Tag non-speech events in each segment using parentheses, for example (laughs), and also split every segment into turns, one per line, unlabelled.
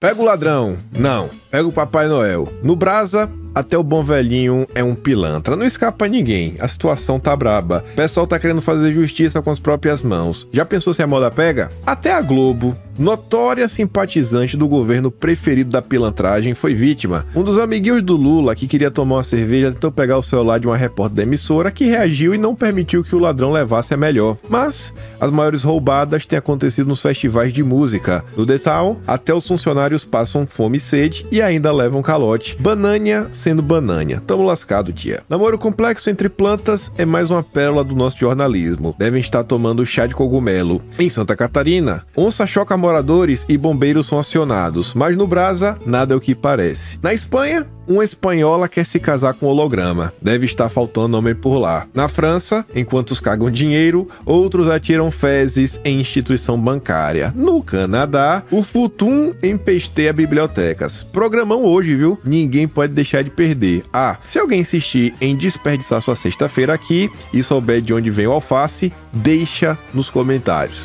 Pega o ladrão. Não. Pega o Papai Noel. No Brasa, até o bom velhinho é um pilantra. Não escapa ninguém. A situação tá braba. O pessoal tá querendo fazer justiça com as próprias mãos. Já pensou se a moda pega? Até a Globo, notória simpatizante do governo preferido da pilantragem, foi vítima. Um dos amiguinhos do Lula, que queria tomar uma cerveja, tentou pegar o celular de uma repórter da emissora que reagiu e não permitiu que o ladrão levasse a melhor. Mas as maiores roubadas têm acontecido nos festivais de música. No detalhe, até os funcionários passam fome e sede e ainda levam calote. Banânia sendo banânia. Tamo lascado, tia. Namoro complexo entre plantas é mais uma pérola do nosso jornalismo. Devem estar tomando chá de cogumelo. Em Santa Catarina, onça choca moradores e bombeiros são acionados, mas no Brasa, nada é o que parece. Na Espanha, uma espanhola quer se casar com holograma. Deve estar faltando homem por lá. Na França, enquanto os cagam dinheiro, outros atiram fezes em instituição bancária. No Canadá, o Futum empesteia bibliotecas. Programão hoje, viu? Ninguém pode deixar de perder. Ah, se alguém insistir em desperdiçar sua sexta-feira aqui e souber de onde vem o alface, deixa nos comentários.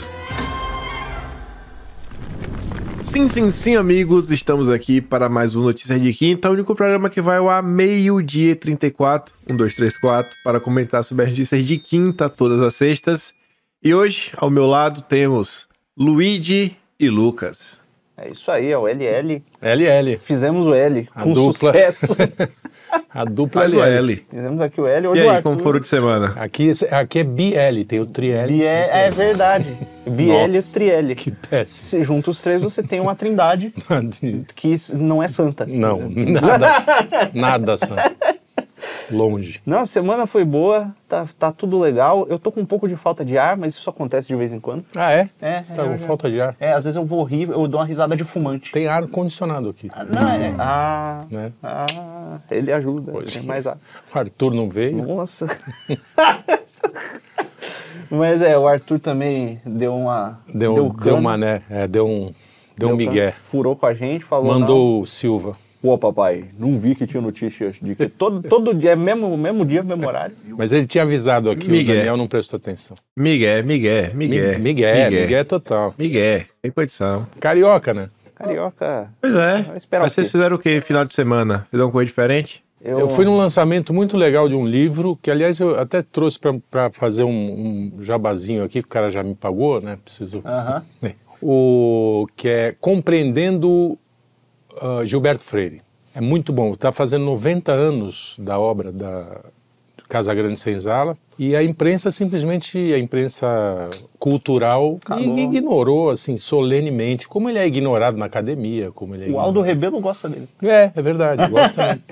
Sim, sim, sim, amigos, estamos aqui para mais um Notícias de Quinta, o único programa que vai ao ar meio-dia e um, 34, 1, 2, 3, 4, para comentar sobre as notícias de quinta todas as sextas. E hoje, ao meu lado, temos Luigi e Lucas.
É isso aí, é o LL.
LL.
Fizemos o L,
A
com
dupla. (laughs)
sucesso.
A dupla
Faz o
LL.
L.
Fizemos aqui o L,
E
hoje o
aí,
Arthur.
como foram de semana?
Aqui, aqui é BL, tem o triel.
Bi- é, é
(laughs)
verdade. BL e
Nossa.
Triel.
Que péssimo.
Se junta os três, você tem uma trindade que s- não é santa.
Não, nada. Nada, Sam. Longe.
(laughs) Não, a semana foi boa, tá, tá tudo legal. Eu tô com um pouco de falta de ar, mas isso acontece de vez em quando.
Ah, é?
É,
Você tá
é,
com
eu já-
falta de ar.
É, às vezes eu vou rir, eu dou uma risada de fumante.
Tem ar condicionado aqui.
Ah, Não, é. Ah,
Né?
ah, ele ajuda.
Pois. é.
Tem mais ar.
O Arthur não veio.
Nossa! (laughs) Mas é, o Arthur também deu uma.
Deu, um, deu,
cano,
mané. é, deu um, deu
deu
um migué.
cano, Furou com a gente, falou.
Mandou o Silva.
Não, Pô, papai, não vi que tinha notícias de que. Todo, todo dia, mesmo, mesmo dia, mesmo horário.
Mas ele tinha avisado aqui,
Migué.
o Daniel não prestou atenção.
Miguel, Miguel, Miguel.
Mi- Migué, Miguel total.
Miguel, tem condição.
Carioca, né?
Carioca.
Pois é.
Vai esperar
Mas
o
vocês
quê?
fizeram o que final de semana? Fizeram uma coisa diferente?
Eu,
Eu fui num lançamento muito legal de um livro, que aliás eu até trouxe para fazer um, um jabazinho aqui, que o cara já me pagou, né? Preciso. né?
Aham.
O que é Compreendendo ah, Gilberto Freire. É muito bom. Está fazendo 90 anos da obra da Casa Grande Senzala e a imprensa simplesmente, a imprensa cultural,
Calou.
i- ignorou assim solenemente, como ele é ignorado na academia, como ele é
O Aldo Rebelo gosta dele.
é, é verdade, gosto mesmo.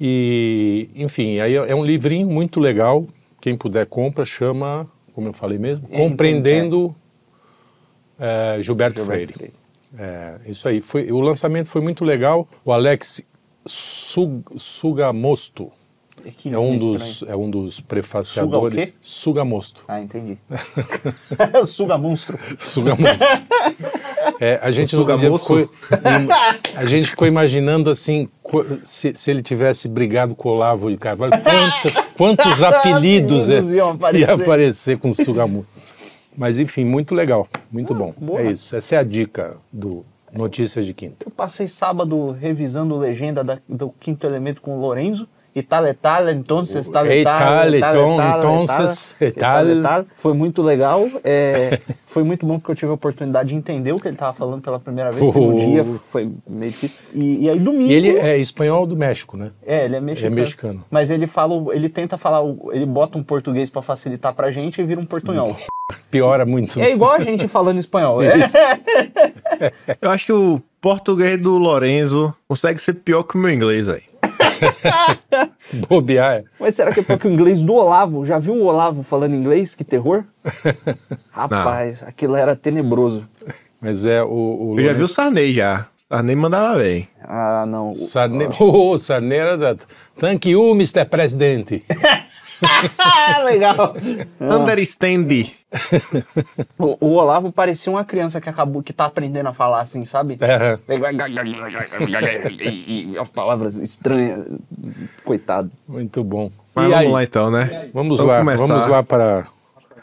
E, enfim, aí é é um livrinho muito legal. Quem puder compra, chama, como eu falei mesmo,
Entendo,
Compreendendo eh, Gilberto, Freire.
Gilberto Freire.
É, isso aí. Foi, o lançamento foi muito legal. O Alex Sug- Sugamosto
Que
é um,
estranho.
dos, é um dos prefaciadores.
quê?
Sugamosto.
Ah,
(laughs)
entendi. (laughs) Suga monstro. (laughs)
Sugamosto. É, a gente
O
no outro dia
Sugamoço?
ficou, im- a gente ficou imaginando assim qu- se, se ele tivesse brigado com o Olavo de Carvalho, quanto- quantos
(laughs)
apelidos,
Apelidos
é-
iam aparecer.
ia aparecer com o Sugamoço. Mas enfim, muito legal, muito bom.
Ah, boa.
É isso. Essa é a dica do Notícias de Quinta.
Eu passei sábado revisando legenda da- do Quinto Elemento com o Lorenzo. E tal, e tal, então você está
E tal,
letal,
então, entonces, e tal.
Foi muito legal,
(laughs)
é, foi muito bom porque eu tive a oportunidade de entender o que ele estava falando pela primeira vez, porque no
Oh.
dia foi meio difícil. E, e aí domingo...
E ele é espanhol do México, né?
É, ele é mexicano.
É mexicano.
Mas ele fala, o- ele tenta falar, o- ele bota um português para facilitar pra gente e vira um
Uhum.
portunhol.
Piora muito.
É igual a gente falando espanhol. É,
Eu acho que o português do Lorenzo consegue ser pior que o meu inglês aí.
(laughs) Bobear. é.
Mas será que é porque o inglês do Olavo? Já viu o Olavo falando inglês? Que
(laughs)
terror? Rapaz, aquilo era tenebroso.
Mas é o. o
Eu já vi o Sarney já. Sarney mandava bem.
Ah, não.
Lourenço (laughs) Sarney. Oh, Sarney era da. Thank you,
(laughs)
Mr. Presidente.
(laughs) Ah, legal!
Ah.
Understand.
O, o Olavo parecia uma criança que acabou, que tá aprendendo a falar assim, sabe?
É.
E- e- e- Palavras estranhas. Coitado.
Muito bom.
Mas
E
vamos
aí?
lá então, né?
Vamos lá, vamos lá para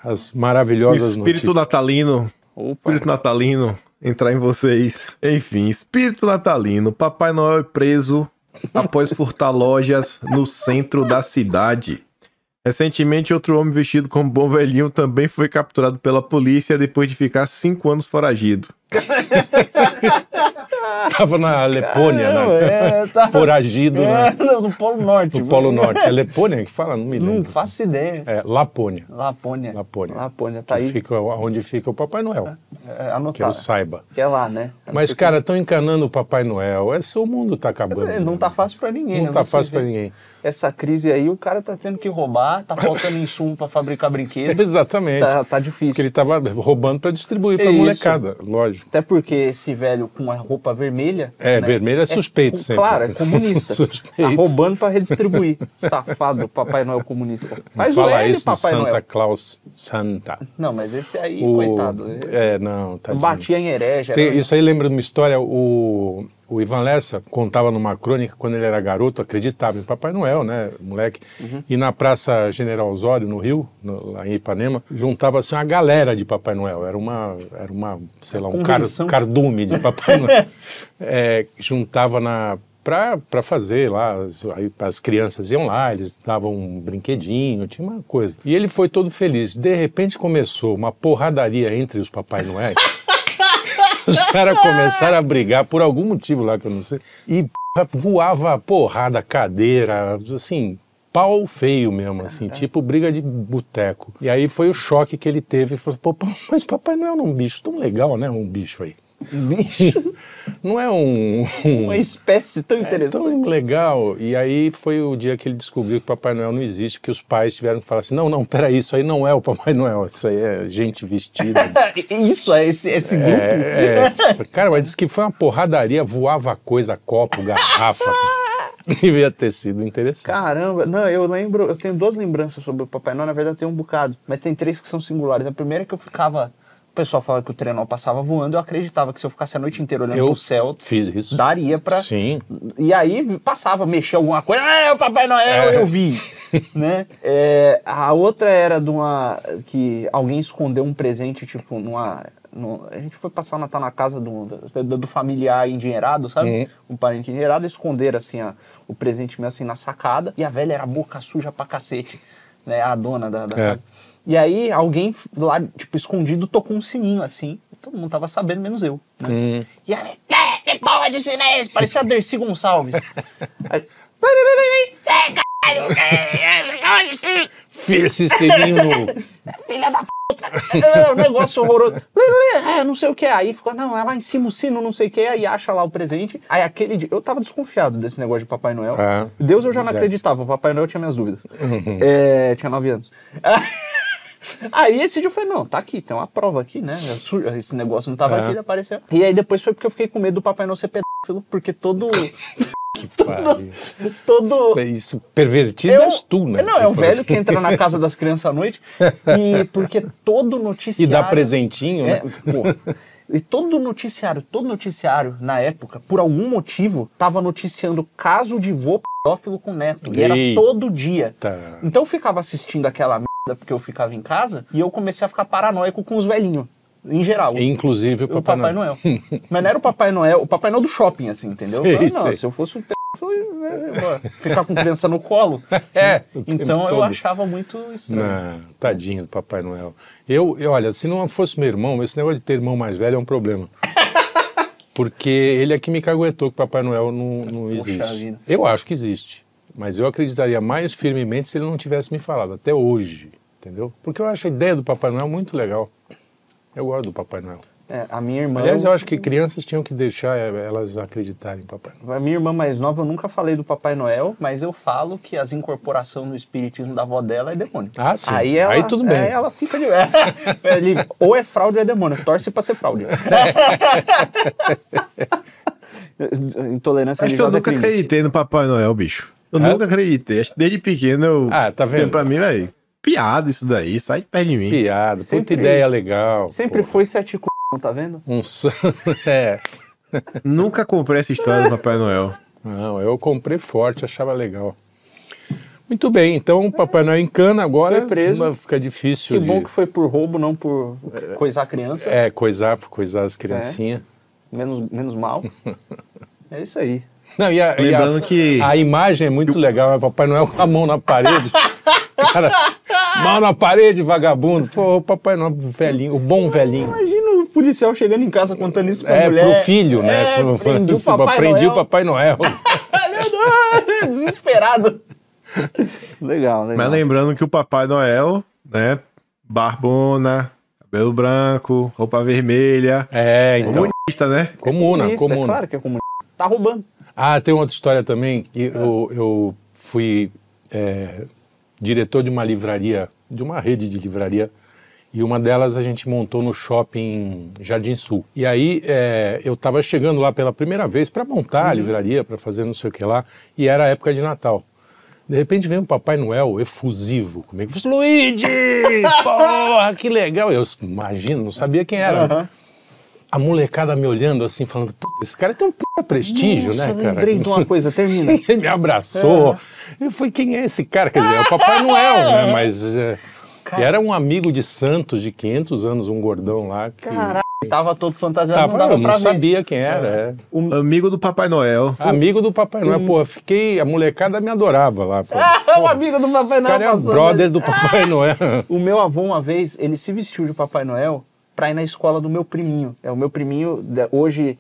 as
O
maravilhosas
espírito
notícias. (laughs)
natalino.
Opa.
Espírito natalino. entrar em vocês. Enfim, espírito natalino, Papai Noel é preso após furtar (laughs) lojas no centro da cidade. Recentemente, outro homem vestido como bom velhinho também foi capturado pela polícia depois de ficar cinco anos foragido.
Tava na Lepônia,
Não,
né?
é, tá-
Foragido,
É,
né?
não, no Polo Norte.
No Polo Norte. É Lepônia que fala? Não
(laughs)
me
Não
lembro.
faço ideia.
É, Lapônia.
Lapônia.
Lapônia.
Lapônia, tá
que
aí.
Fica, onde fica o Papai Noel,
É,
que eu
anotado.
saiba.
Que é lá, né?
Mas, cara, estão encanando o Papai Noel. Esse o mundo tá acabando.
É, Não
né?
tá fácil pra ninguém,
Não
né?
tá
Você
fácil
vê
pra ninguém. (laughs)
Essa crise aí, o cara tá tendo que roubar, tá faltando insumo pra fabricar brinquedo.
Exatamente.
tá, tá difícil.
Porque ele tava roubando para distribuir
É
pra
isso.
molecada, lógico.
Até porque esse velho com a roupa vermelha.
É, vermelho é suspeito
cu-
sempre. né?
Claro, é comunista.
(laughs) Suspeito.
Tá roubando pra redistribuir. Safado, Papai Noel comunista. Mas
Não
o
fala
L,
isso do
Papai
Santa
Noel.
Claus. Santa.
Não, mas esse aí,
O-
coitado.
É, não, tá
ele Batia em herege.
Tem-
era-
isso aí lembra de uma história, o, o Ivan Lessa contava numa crônica, quando ele era garoto, acreditava em Papai Noel, né, moleque, e na Praça General Osório, no Rio, no- lá em Ipanema, juntava-se uma galera de Papai Noel, era uma, era uma sei lá, um car,
Convenção.
cardume de Papai Noel. É, juntava na para fazer lá, as- aí as crianças iam lá, eles davam um brinquedinho, tinha uma coisa. E ele foi todo feliz. De repente começou uma porradaria entre os Papai Noéis. Os caras começaram a brigar por algum motivo lá que eu não sei. E porra, voava porrada, cadeira, assim, pau feio mesmo, assim, tipo briga de boteco. E aí foi o choque que ele teve. Ele falou, pô, pô, mas Papai Noel não é um bicho tão legal, né? Um bicho aí.
Um bicho.
(laughs) Não é um. um-
Uma espécie tão
é
interessante.
tão legal. E aí foi o dia que ele descobriu que Papai Noel não existe, porque os pais tiveram que falar assim: não, não, peraí, isso aí não é o Papai Noel, isso aí é gente vestida.
Isso, é esse, esse grupo.
É, é. cara, mas disse que foi uma porradaria, voava coisa,
(laughs)
copo, garrafa. Devia ter sido interessante.
Caramba, não, eu lembro, eu tenho duas lembranças sobre o Papai Noel, na verdade eu tenho um bocado, mas tem três que são singulares. A primeira é que eu ficava, o pessoal falava que o trenó passava voando, eu acreditava que se eu ficasse a noite inteira olhando
Eu
pro céu,
fiz isso.
daria pra...
Sim.
E aí passava, mexia alguma coisa, ah, é o Papai Noel,
É.
eu vi, né? É, a outra era de uma, que alguém escondeu um presente, tipo, numa... no- a gente foi passar o Natal na casa do, do, do familiar endinheirado, sabe?
Uhum.
um parente endinheirado, esconderam assim a- o presente meu assim na sacada e a velha era boca suja pra cacete, né? A dona da, da
É.
casa. E aí alguém lá, tipo, escondido, tocou um sininho assim. Todo mundo tava sabendo, menos eu. Né? E aí, "É, que porra de sino é esse? Parecia a Dercy Gonçalves. aí, "Vai, vai, vai, vai, vai."
Fiz esse sininho no.
É um negócio horroroso. É, não sei o que é. Aí ficou, não, é lá em cima o sino, não sei o que, aí acha lá o presente. Aí aquele dia, eu tava desconfiado desse negócio de Papai Noel.
É.
Deus eu já não
Já.
acreditava, Papai Noel eu tinha minhas dúvidas. É, tinha nove anos. (laughs) Aí esse dia eu falei, não, tá aqui, tem uma prova aqui, né? Su- Esse negócio não tava
É.
aqui, ele apareceu. E aí depois foi porque eu fiquei com medo do Papai Noel ser pedófilo, porque todo...
Pariu. É
todo...
Isso pervertido
Eu-
és tu, né?
Não, é um velho que entra na casa das crianças à
(laughs)
noite e porque todo
E
noticiário...
dá presentinho,
É,
né?
porra. (laughs) E todo noticiário, todo noticiário na época, por algum motivo, tava noticiando caso de vô pedófilo com neto. E era
Eita.
todo dia.
Tá.
Então eu ficava assistindo aquela merda porque eu ficava em casa e eu comecei a ficar paranoico com os velhinhos, em geral.
Inclusive o
O
Papai, Noel.
Mas não era o Papai Noel, o Papai Noel do shopping, assim, entendeu?
Sei,
Eu falava, não,
sei.
se eu fosse um pedófilo, né, eu ia ficar com criança no colo.
(laughs) É, o tempo
Então eu
todo.
achava muito estranho.
Não, tadinho do Papai Noel. Eu, eu, olha, se não fosse meu irmão, esse negócio de ter irmão mais velho é um problema. Porque ele é que me caguetou que Papai Noel não, não existe.
vida.
Eu acho que existe. Mas eu acreditaria mais firmemente se ele não tivesse me falado, até hoje. Entendeu? Porque eu acho a ideia do Papai Noel muito legal. Eu gosto do Papai Noel.
É, a minha irmã.
Aliás, eu acho que crianças tinham que deixar eh, elas acreditarem em Papai Noel.
A minha irmã mais nova, eu nunca falei do Papai Noel, mas eu falo que as incorporações no espiritismo da avó dela é demônio.
Ah, sim.
Aí, ela,
Aí tudo bem.
Aí ela fica de. (laughs) Ele, ou é fraude ou é demônio. Torce pra ser fraude. (laughs) Intolerância
Acho que eu
religiosa é
nunca
crime.
acreditei no Papai Noel, bicho. Eu
É?
nunca acreditei. Acho que desde pequeno eu.
Ah, tá vendo?
Pra mim, velho. Piada isso daí, sai de perto de mim.
Piada,
Sempre-
puta ideia legal.
Sempre
pô.
foi sete c... tá vendo?
(laughs) Um san- é.
Nunca comprei essa história do Papai Noel.
Não, eu comprei forte, achava legal. Muito bem, então o Papai Noel encana agora.
Foi preso.
mas Fica difícil
Que
de.
bom que foi por roubo, não por coisar a criança.
É, coisar, coisar as criancinhas.
É. Menos, menos
(laughs)
mal. é isso aí.
Não, e a, e
Lembrando
a-
que-
A imagem é muito legal, é Papai Noel com a mão
(laughs)
na parede. Cara, mão na parede, vagabundo. Pô, o Papai Noel, velhinho, o bom velhinho.
Imagina o policial chegando em casa contando isso pra
É,
mulher.
pro filho,
É,
né? Pro-
prendi o Papai
Prendi
Noel.
o Papai Noel.
Desesperado. Legal, legal.
Mas lembrando que o Papai Noel, né? Barbona, cabelo branco, roupa vermelha.
É, então.
Comunista, né?
Comuna,
Isso,
comuna.
É claro que é comunista. Tá roubando.
Ah, tem outra história também. que
Ah.
Eu, eu fui é, diretor de uma livraria, de uma rede de livraria, e uma delas a gente montou no shopping Jardim Sul. E aí é, eu estava chegando lá pela primeira vez para montar
Uhum.
a livraria, para fazer não sei o que lá, e era a época de Natal. De repente vem o Papai Noel efusivo comigo. Falei, assim, Luigi!
(laughs)
Porra, que legal! Eu imagino, não sabia quem era.
Aham.
A molecada me olhando assim, falando, "Puta, esse cara tem um puta prestígio,
Nossa,
né,
eu
cara?
lembrei de
(laughs)
uma coisa, termina.
Ele me abraçou. Eu falei, quem é esse cara? Quer dizer, é o Papai Noel, né? Mas é,
Cara.
era um amigo de Santos de 500 anos, um gordão lá. Que
Caralho, tava todo fantasiado, não
tava, eu
dava
não
pra ver.
sabia quem era. é.
Amigo do Papai Noel.
Amigo do Papai Noel. Pô, eu fiquei... A molecada me adorava
(laughs)
lá. Falei,
(laughs) É
"Pô,
um Hum. amigo do Papai
esse
Noel.
cara é o
passando né?
brother
ali.
do Papai é?
(laughs)
Noel.
O meu avô, uma vez, ele se vestiu de Papai Noel pra ir na escola do meu priminho. É o meu priminho, da- hoje...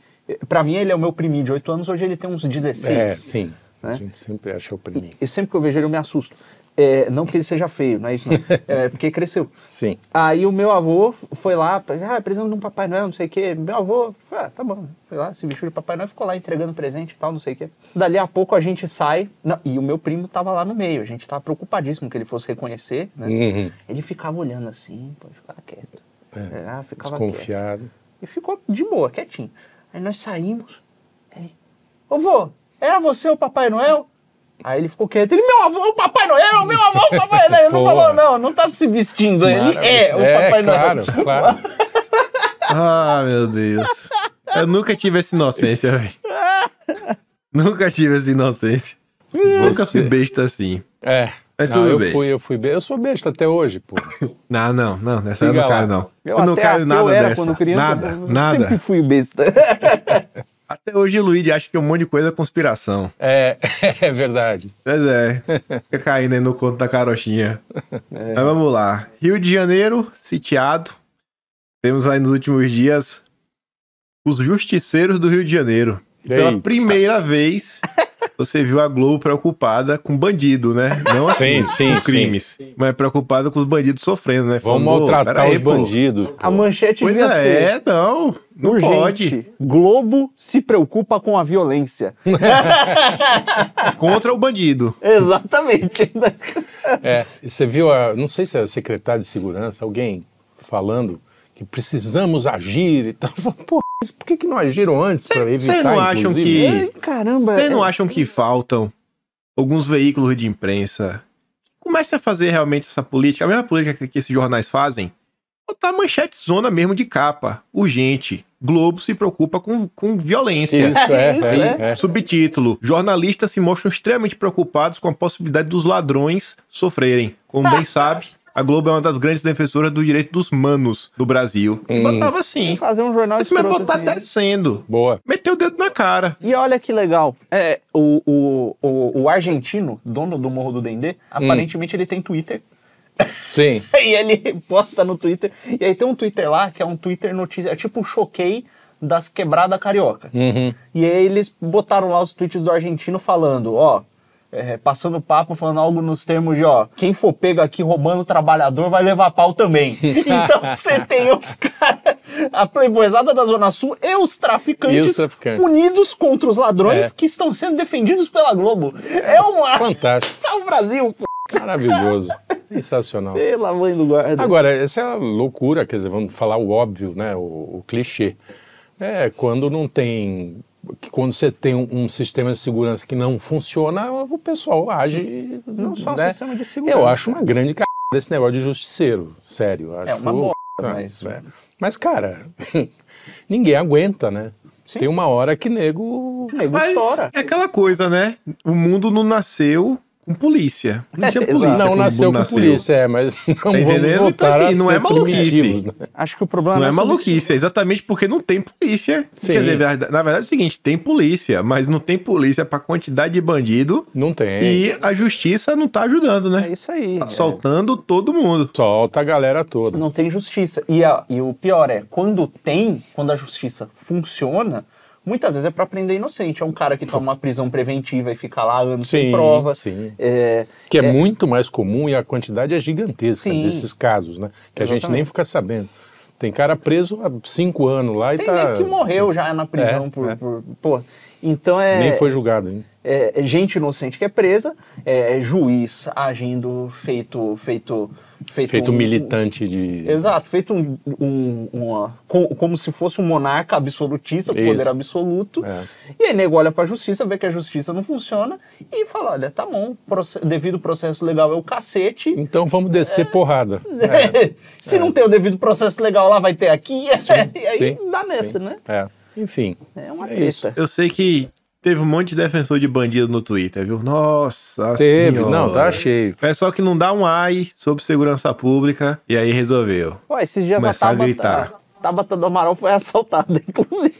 Pra mim, ele é o meu priminho de 8 anos, hoje ele tem uns 16.
É, sim.
Né?
A gente sempre acha o priminho.
E sempre que eu vejo ele, eu me assusto. É, não que ele seja feio, não é
(laughs)
isso não. É porque cresceu.
Sim.
Aí o meu avô foi lá, ah, precisamos de um Papai Noel, não sei o quê. Meu avô, ah, tá bom. Foi lá, se vestiu de Papai Noel, ficou lá entregando presente e tal, não sei o quê. Dali a pouco a gente sai, não, e o meu primo tava lá no meio, a gente tava preocupadíssimo que ele fosse reconhecer, né?
Uhum.
Ele ficava olhando assim, pô, ficava quieto.
É,
Ah, ficava quieto.
Desconfiado.
E ficou de boa, quietinho. Aí nós saímos. Ele, ô vô, era você o Papai Noel? Aí ele ficou quieto. Ele, meu avô, o Papai Noel, meu avô, o
(laughs)
Papai Noel. Não
Porra.
falou, não, não tá se vestindo. Ele é o Papai (laughs)
claro,
Noel.
Claro,
Ah, meu Deus. Eu nunca tive essa inocência, velho. Nunca tive essa inocência. Nunca fui
Você-
besta assim.
É.
Mas
Não,
tudo
eu
bem.
fui, eu fui bem. Eu sou besta até hoje, pô.
Não, Ah, não, não. Nessa eu
Siga
não caio,
lá.
não. Eu,
Eu
não
até
caio
ateu
nada
era
dessa.
Quando criança,
nada,
eu
nada.
Sempre fui besta.
Até hoje o Luigi acha que um monte de coisa é conspiração.
É, (laughs) é verdade.
Pois
(laughs)
é. Fica caindo aí no conto da carochinha.
É.
Mas vamos lá. Rio de Janeiro, sitiado. Temos aí nos últimos dias os justiceiros do Rio de Janeiro. Pela
Ei.
primeira vez,
(laughs)
você viu a Globo preocupada com bandido, né? Não assim,
Sim, sim,
com
sim.
crimes, mas preocupada com os bandidos sofrendo, né? Falando,
Vamos
"Pô,
maltratar
peraí,
os
pô."
bandidos. pô.
A manchete
Pois
devia ser.
é, não. Não
urgente.
pode.
Globo se preocupa com
(laughs)
a violência.
Contra o bandido.
Exatamente.
É, e você viu a, não sei se é a secretária de segurança, alguém falando que precisamos agir e tal. (laughs) Eu falo, Pô, mas por que, que não agiram antes para
Cê-
evitar?
cês não acham
inclusive?
que-
Ai, Caramba.
Vocês não
é-
acham que faltam alguns veículos de imprensa que comecem a fazer realmente essa política, a mesma política que- que esses jornais fazem? Botar manchete zona mesmo de capa, urgente. Globo se preocupa com, com violência.
Isso é,
Isso,
é,
é.
né?
é.
Subtítulo: Jornalistas se mostram extremamente preocupados com a possibilidade dos ladrões sofrerem. Como bem sabe, a Globo é uma das grandes defensoras do direito dos manos do Brasil. E
Hum.
Botava assim.
Fazer um jornal
Mas mas
escroto
botar
assim, né?
descendo.
Boa.
Meteu o dedo na cara.
E olha que legal, é, o, o, o, o argentino, dono do Morro do Dendê, aparentemente ele tem Twitter. (laughs)
Sim.
E ele posta no Twitter. E aí tem um Twitter lá que é um Twitter notícia, é tipo o choquei das quebradas carioca.
Uhum.
E aí eles botaram lá os tweets do argentino falando, ó, é, passando papo, falando algo nos termos de, ó, quem for pego aqui roubando o trabalhador vai levar pau
(laughs)
também. então você tem os caras, a playboyzada da Zona Sul e os traficantes,
E os traficantes.
unidos contra os ladrões
É.
que estão sendo defendidos pela Globo. É, uma,
Fantástico.
(laughs) é o Brasil, pô.
Maravilhoso. Sensacional.
Pela mãe do guarda.
Agora, essa é a loucura, quer dizer, vamos falar o óbvio, né? O, o clichê. É quando não tem. que Quando você tem um, um sistema de segurança que não funciona, o pessoal age.
Não É um só o
né?
sistema de segurança.
Eu acho uma grande c... esse negócio de justiceiro, sério. Acho...
É uma bosta,
Ah,
mas-
é. Mas, cara, (laughs) ninguém aguenta, né?
Sim.
Tem uma hora que nego.
O nego
Mas
estoura.
é aquela coisa, né? O mundo não nasceu com polícia. Não tinha
É,
polícia.
exato.
Não
quando o
nasceu
mundo Tá
com polícia, é, mas (laughs) não vamos
entendendo?
voltar
Então, assim,
a
não é
ser
maluquice.
primitivos, né?
Acho que o problema
Não é
sobre
maluquice, é exatamente porque não tem polícia.
Sim.
Quer dizer, verda- na verdade é o seguinte, tem polícia, mas não tem polícia pra quantidade de bandido
Não tem.
e a justiça não tá ajudando,
isso. É
né?
isso aí.
Tá soltando todo mundo.
Solta a galera toda.
Não tem justiça. E, a- e o pior é, quando tem, quando a justiça funciona, muitas vezes é pra prender inocente. É um cara que toma uma prisão preventiva e fica lá anos sem
Sim,
prova.
sim.
É,
Que é, muito mais comum e a quantidade é gigantesca
Sim.
desses casos, né? Que a gente
Exatamente.
nem fica sabendo. Tem cara preso há cinco anos lá e
tem
tá.
nego que morreu já na prisão
É,
por,
é.
por- Pô. Então é.
Nem foi julgado, hein?
é, é gente inocente que é presa, é, é juiz agindo feito. Feito,
Feito
um-
militante de.
Exato, feito um, um- uma, co- como se fosse um monarca absolutista,
Isso.
poder absoluto.
É.
E aí nego olha pra justiça, vê que a justiça não funciona e fala: olha, tá bom, proce- devido processo legal é o cacete.
Então vamos descer
É.
porrada.
(laughs) se não tem o devido processo legal lá, vai ter aqui. (laughs) e aí
sim,
dá nessa, né?
É. Enfim.
É uma
É isso.
treta.
Eu sei que teve um monte de defensor de bandido no Twitter, viu? Nossa
Teve,
senhora.
não, tá cheio.
Pessoal que não dá um ai sobre segurança pública e aí resolveu.
Ó, esses dias
Começar a
a Tabata,
gritar.
a Tabata do Amaral foi (laughs) assaltada, inclusive.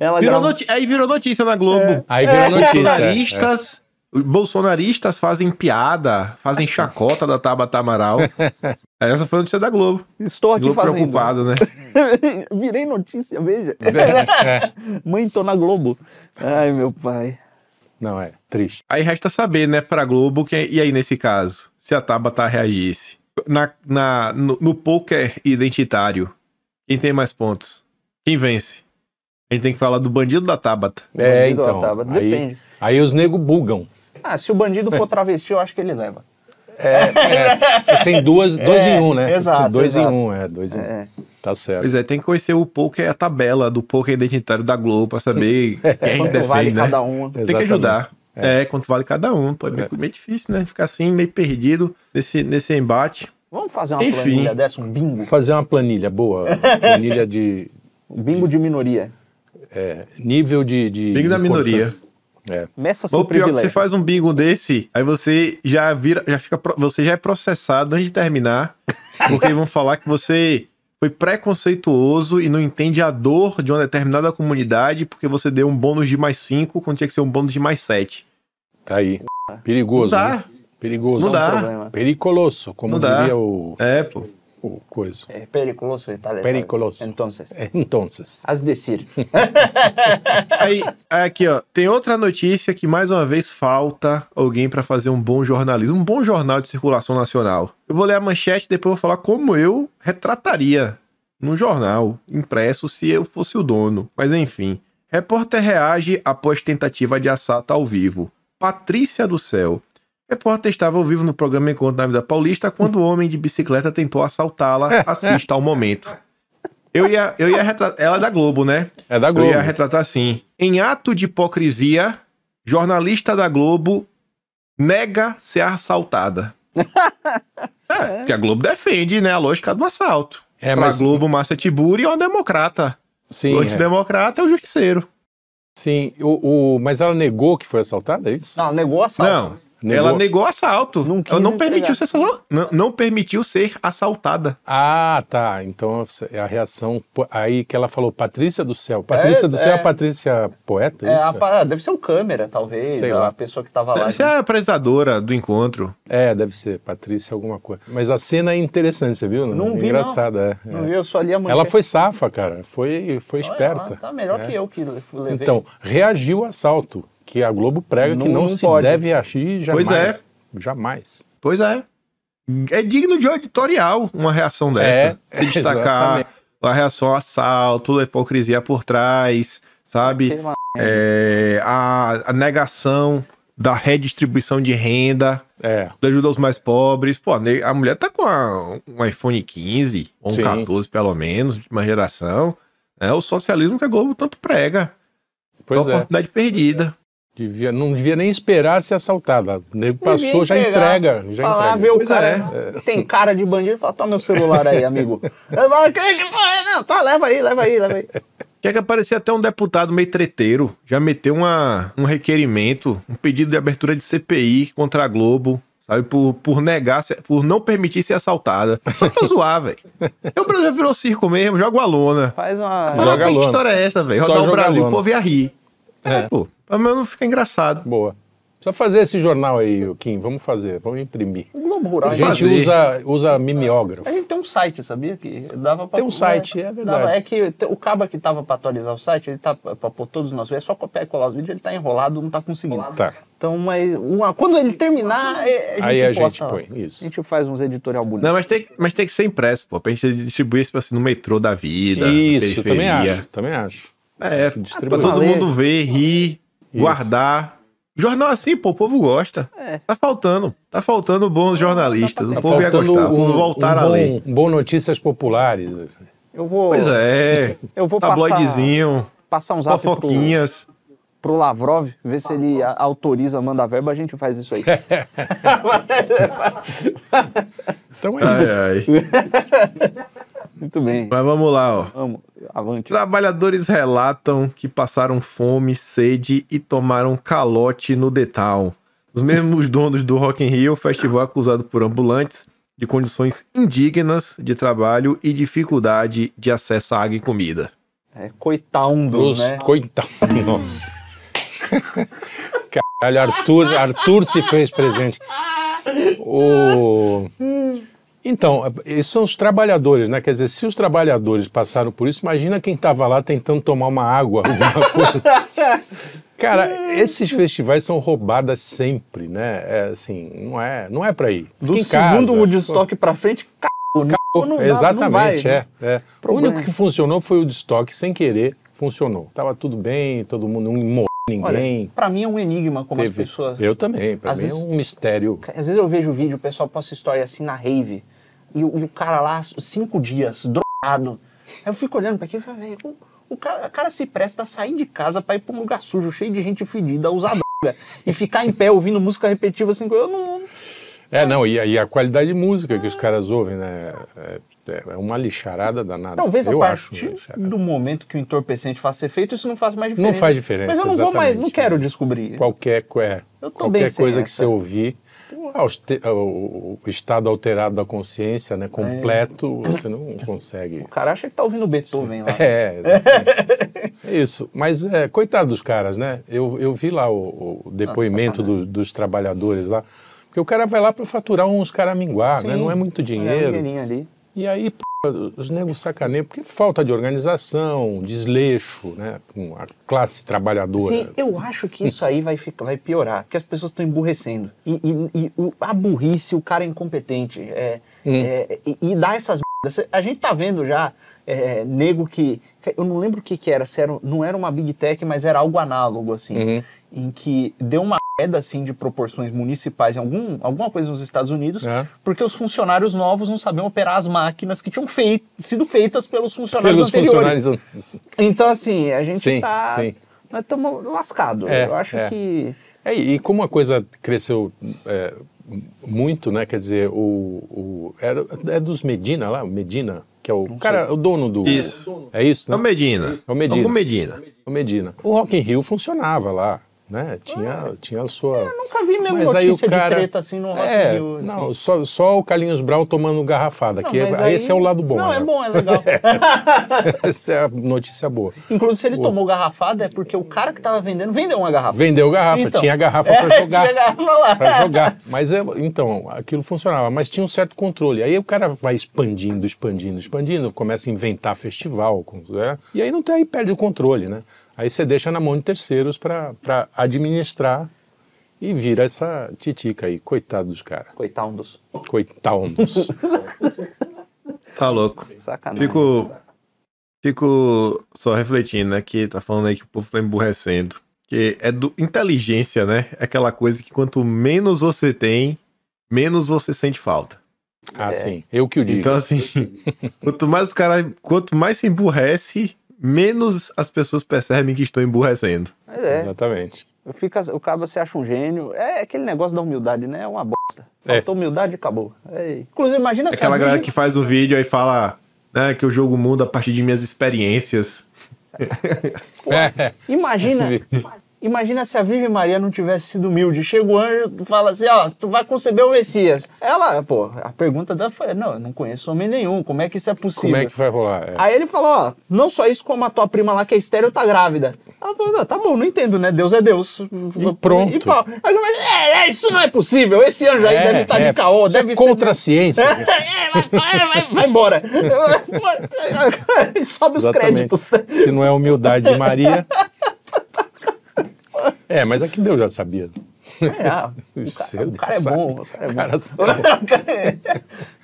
Ela
Virou
grava-
noti- Aí virou notícia na Globo.
Aí virou notícia. é.
Bolsonaristas, bolsonaristas fazem piada, fazem chacota da Tabata
(laughs)
Amaral. Essa foi a notícia da Globo.
Estou aqui
Globo
fazendo.
preocupado, né?
(laughs) Virei notícia, veja.
É.
(laughs) Mãe, tô na Globo. Ai, meu pai.
Não, é. Triste.
Aí resta saber, né, pra Globo, que, e aí nesse caso, se a Tabata reagisse. Na, na- no, no poker identitário, quem tem mais pontos? Quem vence? A gente tem que falar do bandido da Tabata.
É,
Bandido
então.
Otávio,
Aí,
depende.
aí os nego bugam.
Ah, se o bandido for travesti, eu acho que ele leva.
É, Tem duas, dois
(laughs) É,
em um, né?
exato,
Dois
exato.
em um, é. Dois em um.
É.
Tá certo.
Pois é, tem que conhecer o poker, a tabela do poker identitário da Globo pra
(laughs)
saber
É,
quem a gente
Quanto
defende,
vale
né?
cada um?
Tem que ajudar. É. quanto vale cada um. Pô, é meio, meio difícil, né? Ficar assim, meio perdido nesse, nesse embate.
Vamos fazer uma
Enfim.
planilha dessa, um bingo?
Fazer uma
(laughs)
planilha boa. planilha de
Um bingo de minoria.
é, nível de. de
Bingo da
de
minoria.
importância. É.
Meça
Ou
seu
o pior é que você
privilégio.
faz um bingo desse, aí você já vira, já fica, pro- você já é processado antes de (laughs) terminar, porque vão falar que você foi preconceituoso e não entende a dor de uma determinada comunidade porque você deu um bônus de mais 5 quando tinha que ser um bônus de mais 7.
Tá aí. Perigoso.
Não dá.
né? Perigoso.
Não dá.
problema.
Pericoloso, como
Não dá.
diria o,
É, pô.
o coisa.
É periculoso e tal. e tal.
Periculoso.
Então,
Então.
as decir.
Aí, aqui, ó, tem outra notícia que mais uma vez falta alguém pra fazer um bom jornalismo, um bom jornal de circulação nacional. Eu vou ler a manchete e depois eu vou falar como eu retrataria num jornal impresso se eu fosse o dono. Mas enfim. Repórter reage após tentativa de assalto ao vivo. Patrícia do Céu. Repórter estava ao vivo no programa Encontro na Vida Paulista quando o homem de bicicleta tentou assaltá-la. Assista ao momento. Eu ia, eu ia retratar. Ela é da Globo, né?
É da
Eu
Globo.
ia retratar assim. Em ato de hipocrisia, jornalista da Globo nega ser
(laughs)
assaltada. é, porque a Globo defende, né, a lógica do assalto.
É,
pra
mas-
Globo, Márcia Tiburi é um democrata.
Sim.
o
é.
antidemocrata é o justiceiro.
Sim. O, o- mas ela negou que foi assaltada, é isso?
Não, negou a
Não,
Negou.
ela negou o assalto.
Não
ela
quis
não permitiu,
entregar.
ser, assal- não, não permitiu ser assaltada.
Ah, tá. Então é a reação. po- Aí que ela falou, Patrícia do Céu. Patrícia do Céu é a
é.
Patrícia poeta,
É,
isso?
a parada, deve ser o câmera, talvez,
Sei
a
lá.
pessoa que tava lá.
Deve ser a apresentadora do encontro.
É, deve ser, Patrícia alguma coisa. Mas a cena é interessante, você viu?
Não
É
vi, não.
Engraçada, é.
Não
é.
vi, eu só li a manchete.
Ela foi safa, cara. Foi, foi
Olha,
esperta.
ela Tá melhor
É.
que eu que levei.
Então, reagiu ao assalto, que a Globo prega que
Não
não se
pode.
deve reagir jamais.
Pois é.
Jamais.
Pois é. É digno de editorial uma reação
(laughs)
dessa.
É,
Se destacar
exatamente.
a reação ao assalto, toda a hipocrisia por trás, sabe?
Aquele
É, a, a negação da redistribuição de renda,
É.
da ajuda aos mais pobres. Pô, a ne- a mulher tá com a- um iPhone 15, ou um
Sim.
14 pelo menos, de uma geração. É o socialismo que a Globo tanto prega. É
Pois
uma
é.
oportunidade perdida.
Devia, não devia nem esperar ser assaltada. O
Devia
nego passou, já
entregar.
entrega. Já
Vai lá
entrega. É.
ver o
Pois
cara. Tem cara de bandido, fala, toma meu celular aí, amigo. Eu falo, que que foi? Não, tá, leva aí, leva aí, leva aí.
Tinha que aparecer até um deputado meio treteiro, já meteu uma, um requerimento, um pedido de abertura de CPI contra a Globo, sabe? Por, por negar, ser- por não permitir ser assaltada. Só
(laughs)
pra zoar, velho. E O Brasil virou circo mesmo, joga uma lona.
Faz uma.
Joga
Fala,
a
que
lona.
história é essa, velho?
Só
Rodar o
joga a
Brasil, o
lona.
povo ia rir. É, pô. Mas não fica engraçado.
Boa. Precisa fazer esse jornal aí, ô Kim. Vamos fazer, vamos imprimir.
O um Globo Rural.
A
Vamos
gente
fazer.
usa, usa mimeógrafo.
A gente tem um site, sabia? Que dava pra,
Tem um site, é verdade.
Dava- é que te- o caba que tava pra atualizar o site, ele tá pra pra pôr todos os nossos. É só copiar e colar os vídeos, ele tá enrolado, não tá conseguindo.
Tá.
Então, mas uma- quando ele terminar, é- a gente
Aí a
posta
gente
lá.
põe,
A
isso.
gente faz uns editorial bonitos.
Não, mas tem, que- mas tem que ser impresso, pô. Pra gente distribuir isso assim, no metrô da vida. na
Isso, também
periferia.
acho, também acho.
É, pra
distribuir.
todo
Valer.
mundo ver, rir,
Isso.
guardar. Jornal assim, pô, o povo gosta. Tá faltando. Tá faltando bons jornalistas.
É. Tá
o povo ia gostar. O povo voltar
um
a
bom,
ler.
um bom notícias populares. assim.
Eu vou,
Pois é.
eu vou passar,
Tabloidezinho,
passar um zap pro,
fofoquinhas.
pro Lavrov, ver se ele a- autoriza, manda verba, a gente faz
(laughs)
isso aí.
Então é isso.
Ai, ai.
Muito bem.
Mas vamos lá, ó.
Vamos, avante.
Trabalhadores relatam que passaram fome, sede e tomaram calote no The Town. Os mesmos (laughs) donos do Rock in Rio, festival acusado por ambulantes de condições indignas de trabalho e dificuldade de acesso à água e comida.
É, coitaundos,
Os
né?
coitados. Nossa. Caralho, Arthur, Arthur se fez presente. O... Então, esses são os trabalhadores, né? Quer dizer, se os trabalhadores passaram por isso, imagina quem estava lá tentando tomar uma água, alguma (laughs) coisa. Cara, esses festivais são roubadas sempre, né? É, assim, não é, não é para ir.
Do
Fica em
segundo
casa.
Woodstock pra frente, c... não, não dá- não vai,
Exatamente,
né?
é. é. O
Problema.
único que funcionou foi o de estoque, sem querer, funcionou. Tava tudo bem, todo mundo não morreu ninguém.
Olha, pra mim é um enigma como
teve-
as pessoas.
Eu também, pra
Às
mim
vezes-
é um mistério.
Às vezes eu vejo vídeo, o pessoal posta história assim na rave, e o, e o cara lá, cinco dias, drogado. Aí eu fico olhando pra aquilo e falo, velho, o, o cara, o cara se presta a sair de casa pra ir pra um lugar sujo, cheio de gente fedida, usar droga, e ficar em pé ouvindo música repetitiva assim, eu não.
É, não, e, a- e a qualidade de música que os caras ouvem, né? É, é uma lixarada danada.
Talvez
eu
a
acho.
partir
uma lixarada.
do momento que o entorpecente faça ser feito, isso não faz mais diferença.
Não faz diferença,
Mas eu não vou mais, não
exatamente,
quero
né?
descobrir.
Qualquer, co- é,
Eu tô bem
qualquer
sem
coisa que
essa.
você ouvir, ah, os te- o, o estado alterado da consciência,
É.
né? Completo, você não consegue.
O cara acha que tá ouvindo
(laughs)
Beethoven lá.
É, exatamente. É isso. Mas, é, coitado dos caras, né? Eu, eu vi lá o, o depoimento do- dos trabalhadores lá. Porque o cara vai lá para faturar uns caraminguá, né?
Sim.
Não é muito
É, um
dinheiro.
dinheirinho ali.
E aí, p***, os negros sacaneiam, porque falta de organização, desleixo, né? Com a classe trabalhadora.
Sim, eu acho que isso aí vai, ficar, vai piorar, porque as pessoas estão emburrecendo. E, e- e o- a burrice, o cara é incompetente. É, é, e, e dá essas merdas. Cê- A gente tá vendo já é, nego que. Eu não lembro o que, que era, se era, um, não era uma big tech, mas era algo análogo, assim.
Uhum.
Em que deu uma queda assim, de proporções municipais em algum, alguma coisa nos Estados Unidos,
É.
porque os funcionários novos não sabiam operar as máquinas que tinham fei- sido feitas pelos funcionários
Pelos
anteriores.
funcionários. an-
Então, assim, a gente
Sim,
tá.
sim.
Nós estamos lascados.
É,
eu acho
é.
que.
É, e como a coisa cresceu é, muito, né? Quer dizer, o, o- era, é dos Medina lá, o Medina, que é o cara, o dono do.
Isso.
É isso,
É
né?
o Medina.
É o Medina.
Algum Medina.
O Medina. O Rock in Rio funcionava lá, né? Tinha,
Ah.
tinha a sua...
Nunca vi mesmo
Mas aí o
notícia
cara...
de treta assim no Rock
é,
in Rio. assim.
não, só, só o Carlinhos Brown tomando garrafada,
Não,
que é-
mas aí-
esse é o lado bom.
Não,
né?
é bom, é legal.
(laughs) Essa é a notícia boa.
Inclusive, se ele tomou garrafada, é porque o cara que tava vendendo vendeu uma garrafa.
Vendeu garrafa,
Então.
tinha
(laughs)
garrafa
É,
pra jogar.
Tinha garrafa lá.
Pra jogar. Mas é, então, aquilo funcionava, mas tinha um certo controle. Aí o cara vai expandindo, expandindo, expandindo, começa a inventar festival, com- né? e aí não tem, aí perde o controle, né? Aí você deixa na mão de terceiros pra pra administrar e vira essa titica aí, coitado dos caras.
Coitados. (laughs)
Coitados.
Tá louco.
Sacanagem.
Fico. Fico só refletindo, né? Que tá falando aí que o povo tá emburrecendo. Que é do inteligência, né? É aquela coisa que quanto menos você tem, menos você sente falta.
ah,
É.
sim. Eu que o digo.
Então, assim, (laughs) quanto mais os caras. Quanto mais se emburrece, menos as pessoas percebem que estão emburrecendo.
Mas é,
Exatamente.
eu fico, o cara se acha um gênio. É aquele negócio da humildade, né? É uma bosta.
É.
Faltou humildade e acabou. É. Inclusive, imagina se a
Aquela galera
Virgin-
que faz o vídeo aí fala né, que eu jogo o mundo a partir de minhas experiências.
Pô,
É.
imagina, imagina se a Virgem Maria não tivesse sido humilde. Chega o anjo e fala assim, ó, tu vai conceber o Messias. Ela, pô, a pergunta dela foi, não, eu não conheço homem nenhum, como é que isso é possível?
(laughs) Como é que vai rolar? É.
Aí ele falou, ó, não só isso, como a tua prima lá que é estéreo tá grávida. Ela falou, não, tá bom, não entendo, né? Deus é Deus.
E pronto.
E pau. Aí eu falei, é, é, isso não é possível, esse anjo aí
É,
deve estar
é.
tá de caô,
Isso é
deve ser...
contra a ciência.
(laughs) É, vai, vai, vai embora.
(laughs)
(laughs) Sobe os
Exatamente.
créditos.
(laughs) Se não é humildade de Maria. É, mas aqui Deus já sabia.
É, ah, o,
Isso,
cara, o
Deus
cara é
sabe.
bom, o cara é
O
bom. (laughs)
cara sabe.
O cara é-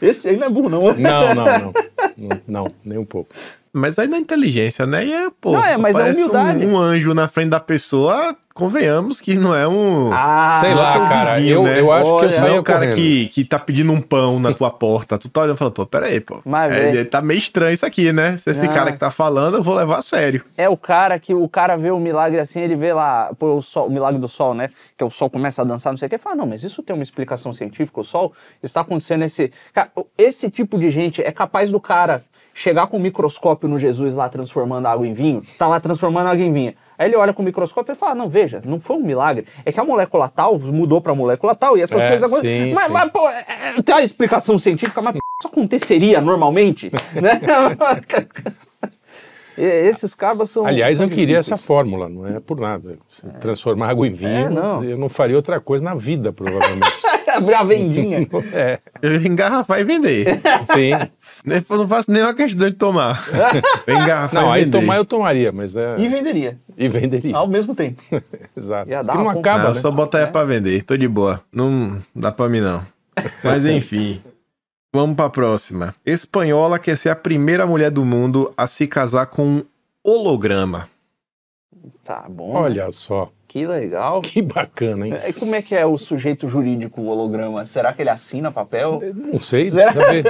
Esse aí não é burro, não.
Não, não, não. Não, não, nem um pouco.
Mas aí na inteligência, né? E é, pô,
Não, é, mas é
parece um-
humildade.
Um, anjo na frente da pessoa, Ah, convenhamos que não é um.
Ah,
Sei lá, cara.
vizinho,
Eu,
né?
eu acho que
Olha,
eu
Não é
saía
o cara
correndo.
que, que tá pedindo um pão na tua porta. Tu tá olhando e fala, pô, peraí, pô.
Mas,
é,
velho.
ele tá meio estranho isso aqui, né? Se esse
Ah.
cara que tá falando, eu vou levar a sério.
É o cara que o cara vê o milagre assim, ele vê lá pô, o, sol, o milagre do sol, né? Que o sol começa a dançar, não sei o que, fala, não, mas isso tem uma explicação científica, o sol está acontecendo esse. Cara, esse tipo de gente é capaz do cara chegar com o microscópio no Jesus lá transformando água em vinho, tá lá transformando água em vinho. Aí ele olha com o microscópio e fala: Não, veja, não foi um milagre. É que a molécula tal mudou pra molécula tal e essas
É,
coisas
sim,
Mas,
sim.
mas, pô, é- é- tem uma explicação científica, mas isso aconteceria
(laughs)
normalmente, né? (laughs) E- Esses cabas são.
Aliás,
são
eu queria essa
difíceis.
fórmula, não é por nada. Se Transformar água em vinho,
É, não.
eu não faria outra coisa na
(laughs)
vida, provavelmente.
Abrir (laughs) a
(laughs)
vendinha.
é,
Eu engarrafar e
(laughs)
vender.
sim.
Nem- eu não faço nenhuma questão de
(laughs)
tomar. Eu engarrafar
Não,
e
aí
vender.
tomar eu tomaria, mas é.
e venderia.
E venderia.
Ao mesmo tempo.
Exato.
Ia
Que
dar
não
uma
acaba,
não,
né?
só botar ela pra vender. Tô de boa. Não dá pra mim, não. Mas enfim. Vamos pra próxima. Espanhola quer ser a primeira mulher do mundo a se casar com um holograma.
Tá bom.
Olha só,
Que legal.
que bacana, hein?
E como é que é o sujeito jurídico, o holograma? Será que ele assina papel?
Não sei, precisa ver.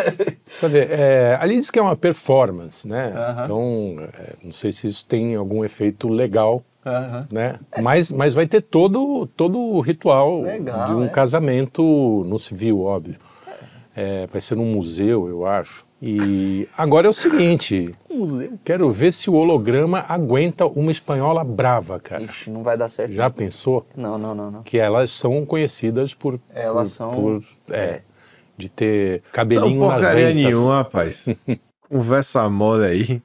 Precisa ver. É, ali diz que é uma performance, né?
Aham.
Então, é, não sei se isso tem algum efeito legal,
Aham.
né? Mas, mas vai ter todo, todo o ritual
Legal,
de um
é.
casamento no civil, óbvio. É, vai ser num museu, eu acho. E agora é o seguinte,
Um Museu.
quero ver se o holograma aguenta uma espanhola brava, cara.
Ixi, não vai dar certo.
É. Já pensou?
Não, não, não, não.
que elas são conhecidas por
Elas
por-
são-
por, é, de ter
Não
cabelinho nas
porcaria
ventas.
nenhuma,
(laughs)
rapaz. Conversa mole aí.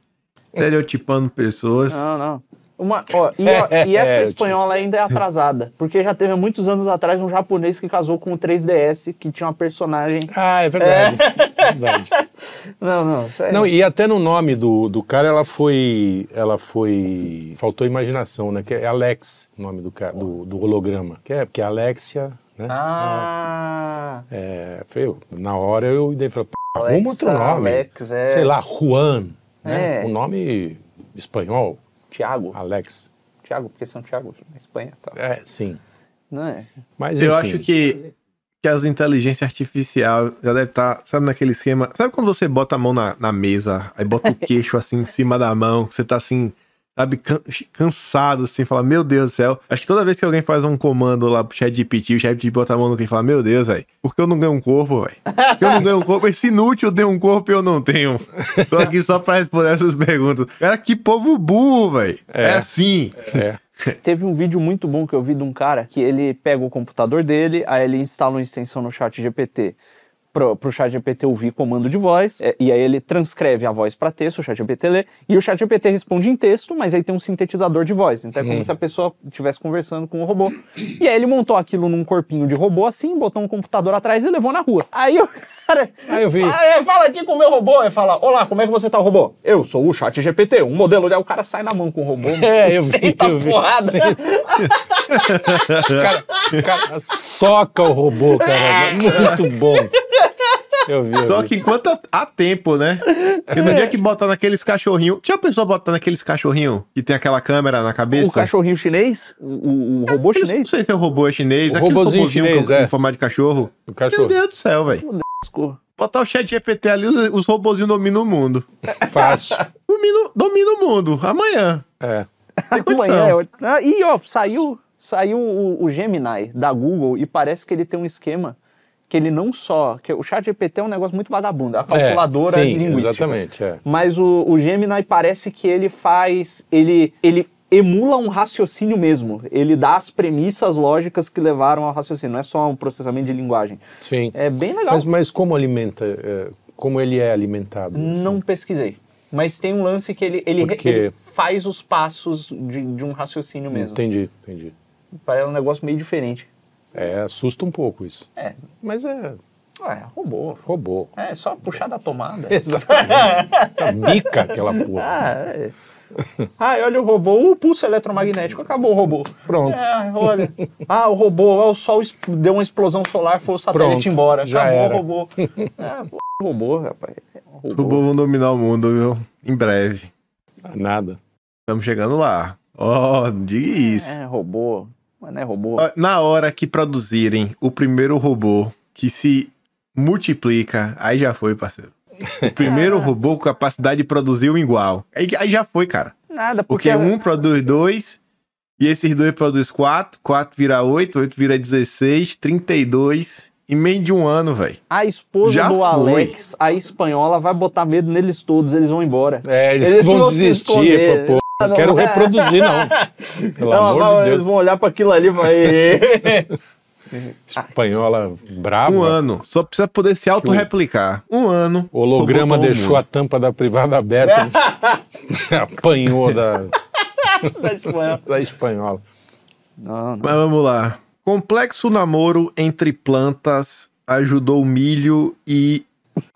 Estereotipando pessoas.
Não, não. Uma,
(laughs)
ó, e, ó, e
É,
essa
eu
espanhola ainda é atrasada, porque já teve há muitos anos atrás um japonês que casou com um 3DS que tinha uma personagem.
Ah, é verdade.
(laughs)
verdade.
Não, não, isso aí.
Não, e até no nome do, do cara ela foi, ela foi, faltou imaginação, né? Que é Alex, o nome do cara, do, do holograma, que é porque é Alexia, né?
Ah,
É, foi eu- na hora eu dei falei, "Pô,
Alexa,
arruma outro nome,
Alex, é.
sei lá, Juan, né?
É.
Um nome espanhol,
Tiago.
Alex.
Tiago, porque São Tiago, na Espanha. Tá.
É, sim.
Não é?
Mas
Eu
enfim.
acho que, que as inteligências artificiais já deve estar, sabe, naquele esquema. Sabe quando você bota a mão na, na mesa, aí bota o queixo assim em cima da mão, que você tá assim, sabe, can- cansado, assim, fala, meu Deus do céu. Acho que toda vez que alguém faz um comando lá pro ChatGPT, o ChatGPT bota a mão no queixo e fala, meu Deus, velho, por que eu não ganho um corpo, velho? Por que eu não ganho um corpo? Esse inútil tem um corpo e eu não tenho. Tô aqui só pra responder essas perguntas. Cara, que povo burro, velho. É.
É.
assim.
É.
Teve um vídeo muito bom que eu vi de um cara que ele pega o computador dele, aí ele instala uma extensão no chat GPT pro, pro chat GPT ouvir comando de voz, é, e aí ele transcreve a voz para texto, o chat GPT lê, e o chat GPT responde em texto, mas aí tem um sintetizador de voz, então é como se a pessoa estivesse conversando com o robô. E aí ele montou aquilo num corpinho de robô assim, botou um computador atrás e levou na rua. Aí o cara...
Ah, eu vi.
é, fala aqui com o meu robô, aí fala, olá, como é que você tá, robô? Eu sou o chat GPT, um modelo... Aí o cara sai na mão com o robô,
(laughs) É, eu vi,
Senta
eu vi.
porrada.
Sim. cara, cara, soca o robô, cara. Muito bom. Eu vi. eu
Só
vi.
que enquanto há- há tempo, né? Porque no dia que botar naqueles cachorrinhos. Já pensou botar naqueles cachorrinhos que tem aquela câmera na cabeça?
O cachorrinho chinês? O, o- o robô
Aqueles- Não
chinês?
sei se é o robô chinês,
O
aqueles
robozinho
robozinho
chinês,
com,
é.
com formato de cachorro.
O
Meu
cachorro
Deus do céu, velho. Botar o chat GPT ali, os, os robôzinhos dominam o mundo.
fácil.
Domina, domina o mundo, amanhã.
É.
Tem
(laughs) Amanhã
condição.
é hoje. Ah, E ó, saiu, saiu o, o Gemini da Google e parece que ele tem um esquema que ele não só. que O chat GPT é um negócio muito vagabundo, é a calculadora
sim,
linguística.
exatamente. É.
Mas o, o Gemini parece que ele faz. Ele, ele emula um raciocínio mesmo. Ele dá as premissas lógicas que levaram ao raciocínio. Não é só um processamento de linguagem.
Sim.
É bem legal.
Mas, mas como alimenta, é, como ele é alimentado? assim?
Não pesquisei. Mas tem um lance que ele, ele,
Porque-
ele faz os passos de, de um raciocínio mesmo.
Entendi, entendi.
É um negócio meio diferente.
É, assusta um pouco isso.
É,
Mas é
é robô. (laughs)
robô.
É só puxar da tomada.
Exatamente. Tá bica aquela porra.
Ah, é. (laughs) Ai, olha o robô, o pulso eletromagnético, acabou o robô.
Pronto.
É, olha. Ah, o robô, ah, o sol es- deu uma explosão solar, foi o satélite
Pronto,
embora. acabou
já era.
o
(laughs)
robô. É, pô, robô, rapaz.
Os robôs vão dominar o mundo, viu? Em breve.
Nada.
Estamos chegando lá. Ó, não diga isso.
É, robô. Mas não é robô.
Ó, Na hora que produzirem o primeiro robô que se multiplica, aí já foi, parceiro. O primeiro robô com capacidade de produzir um igual. Aí, aí já foi, cara.
Nada,
Porque
porque. é
um produz dois, e esses dois produz quatro, quatro vira oito, oito vira 16, 32, em meio de um ano, velho.
A esposa
Já
do
foi.
Alex, a espanhola, vai botar medo neles todos, eles vão embora.
É, eles,
Eles
vão
vão se
desistir.
esconder.
Fala, pô, não,
Não,
quero
não. (laughs)
reproduzir, não. Pelo
Ela
amor
vai-
de
Eles
Deus.
vão olhar para aquilo ali e vai. (laughs)
Espanhola brava.
Um ano. Só precisa poder se autorreplicar. Um ano.
O holograma deixou a tampa da privada aberta. né?
(laughs)
Apanhou da,
da espanhola.
da espanhola.
Não, não.
Mas vamos lá. Complexo namoro entre plantas ajudou o milho e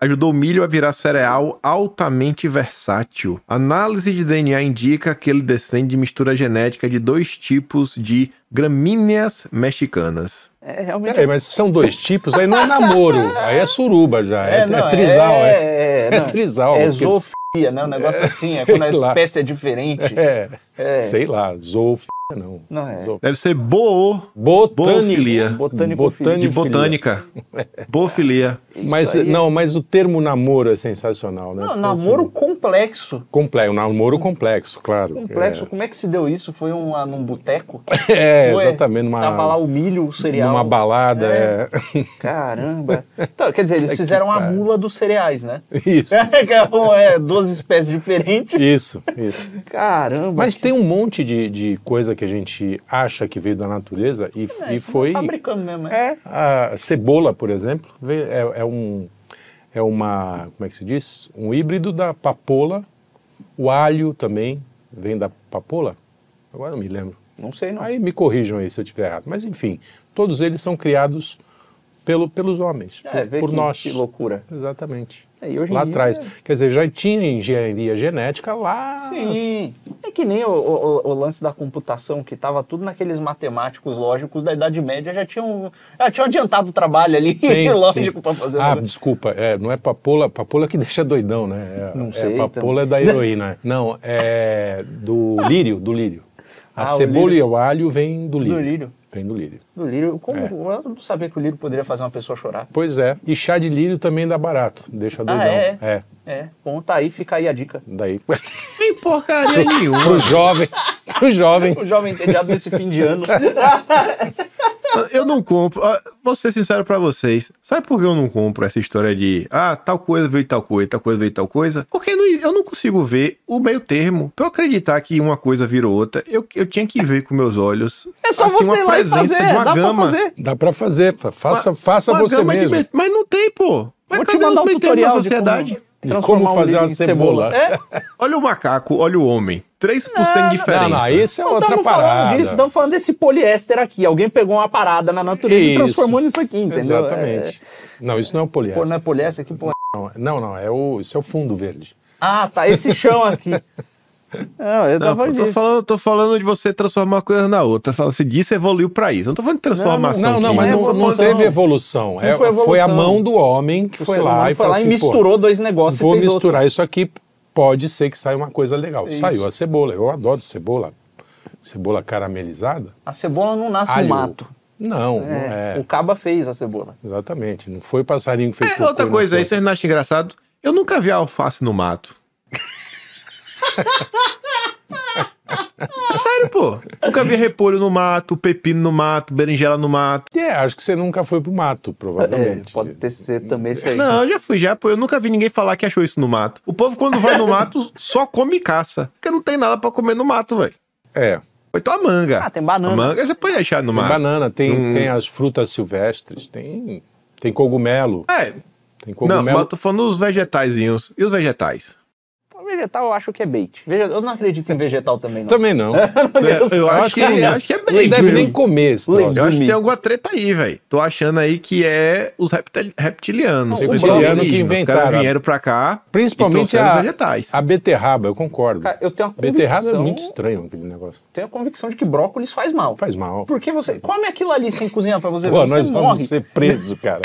ajudou o milho a virar cereal altamente versátil. Análise de DNA indica que ele descende de mistura genética de dois tipos de gramíneas mexicanas.
É realmente.
Peraí, mas são dois tipos, aí não é namoro, aí é suruba já, é, é trisal, é.
É,
É
não.
trisal.
É
porque-
zoofilia, né? Um negócio assim, é
sei
quando a
lá.
espécie é diferente.
é,
É.
sei lá, zoof... não.
Não é.
Zo-
Deve ser boô
Botânica.
Boofilia.
Botânico-
de
Botânico.
botânica. (laughs) Bofilia.
Mas
Isso aí é-
não, mas o termo namoro é sensacional, né?
Não,
Porque,
namoro
assim,
complexo.
complexo, um namoro complexo, claro.
Complexo, como é que se deu isso? Foi um, ah, num boteco?
É, é
Ué,
exatamente, numa,
Tava lá o milho, o cereal.
numa balada, é. (laughs)
Caramba. Então, quer dizer, eles
que
fizeram a
pariu.
mula dos cereais, né?
Isso,
Que é um- é, duas espécies diferentes.
isso, isso.
Caramba.
Mas tem um monte de, de coisa que a gente acha que veio da natureza e,
É,
e foi...
Fabricando mesmo, né?
É, a cebola, por exemplo, vê- é, é um é uma, como é que se diz? Um híbrido da papola. O alho também vem da papola? Agora não me lembro.
Não sei, não.
Aí me corrijam aí se eu estiver errado. Mas enfim, todos eles são criados pelo, pelos homens,
É,
por,
vê
por
que,
nós.
Que loucura.
Exatamente.
É, e hoje em
lá
dia-
atrás. Quer dizer, já tinha engenharia genética lá.
Ah. Sim. É que nem o, o- o lance da computação, que tava tudo naqueles matemáticos lógicos da Idade Média, já tinham, já tinham adiantado o trabalho ali, (laughs)
Sim,
É lógico,
sim.
para fazer o
Ah,
negócio.
desculpa, é, não é papola, papola que deixa doidão, né? É,
Não
é,
sei, então.
papola é da heroína.
(laughs)
Não, é do lírio, do lírio. A
Ah, o
cebola
lírio.
e o alho vem do lírio.
lírio.
Vem do lírio.
do lírio. Como,
É.
Eu não sabia que o lírio poderia fazer uma pessoa chorar.
Pois é, e chá de lírio também dá barato, deixa doidão.
é?
é
É, bom, tá aí, fica aí a
(laughs)
dica.
daí.
Nem porcaria nenhuma.
pro jovem, pro jovem.
O jovem entediado nesse fim de ano.
Assim,
Ah, Eu não compro. Ó, Vou ser sincero pra vocês. Sabe por que eu não compro essa história de ah, tal coisa veio de tal coisa, tal coisa veio de tal coisa? Porque não- eu não consigo ver o meio termo. Pra eu acreditar que uma coisa virou outra, eu, eu tinha que ver com meus olhos.
É só
assim, uma
você ir lá e
presença
fazer,
de uma
dá
gama.
pra fazer.
Dá pra fazer, fa- faça,
Uma-
faça
uma
você
gama de
mesmo.
meio- mas não tem, pô. Mas
Vou te
cadê
mandar
os
um
meio termo na
tutorial de
sociedade?
como,
como fazer
um lírio
uma
em cebola.
cebola.
É,
Olha o macaco, olha o homem. 3% de diferença.
Não, não, isso é
não
outra
estamos falando
parada.
disso, estamos falando desse poliéster aqui. Alguém pegou uma parada na natureza e
Isso.
transformou nisso aqui, entendeu?
Exatamente. Não, isso não é o
É, pô, não
poliéster.
é poliéster aqui, pô,
Não, não, não, é o, isso é o fundo verde.
Ah, tá,
(laughs)
esse chão aqui. Não, eu
Não,
tava
pô, tô,
disso.
falando, tô falando de você transformar uma coisa na outra. Fala assim, disso evoluiu pra isso. Eu não tô falando de transformação.
Não, não,
química.
mas
É
não, não
evolução.
teve evolução. É,
foi
foi,
evolução.
a mão do homem que
O
foi
ser
lá
humano foi
e falou
lá
assim,
e misturou dois
Pô,
negócios
vou
e fez outro.
misturar isso aqui, pode ser que saia uma coisa legal. Saiu a cebola, eu adoro cebola. Cebola caramelizada.
A cebola não nasce
alho.
no é mato.
Não, não
É,
é.
O caba fez a cebola.
Exatamente. Não foi o passarinho que fez
É, outra
cocô na
coisa aí,
sua-
vocês não acham engraçado? Eu nunca vi alface no mato. (laughs) Sério, pô. Nunca vi repolho no mato, pepino no mato, berinjela no mato.
É, acho que você nunca foi pro mato, É, provavelmente.
É, pode ter sido também isso aí.
Não, eu já fui, já, pô. Eu nunca vi ninguém falar que achou isso no mato. O povo, quando vai no mato, (laughs) só come caça. Porque não tem nada pra comer no mato, velho.
É. Tem
Foi tua manga.
Ah, tem banana.
A manga você pode achar no mato.
banana, tem,
Hum.
tem as frutas silvestres, tem, tem cogumelo.
É,
Tem
não,
cogumelo.
mas eu tô falando os vegetaizinhos. E os vegetais?
Vegetal eu acho que é bait. Vege- Eu não acredito em vegetal também, não.
(laughs)
Também não.
É, Eu, acho
acho
que,
que não.
acho que é
Não
bem.
deve
viu?
nem comer esse troço.
Eu acho que
Zumbi.
tem alguma treta aí, velho. Tô achando aí que é os reptil- reptilianos.
Não, o
os
reptiliano
alienígenas.
que
Os
inventaram.
caras vieram pra cá e
Principalmente
trouxeram os
a,
vegetais.
a beterraba, eu concordo.
Cara, eu tenho uma
beterraba é
convicção-
muito estranho aquele negócio.
Tenho a convicção de que brócolis faz mal.
Faz mal.
Porque você come aquilo ali sem cozinhar pra você
Pô,
ver,
nós
você
vamos
morre.
ser
(laughs)
presos,
(laughs)
cara.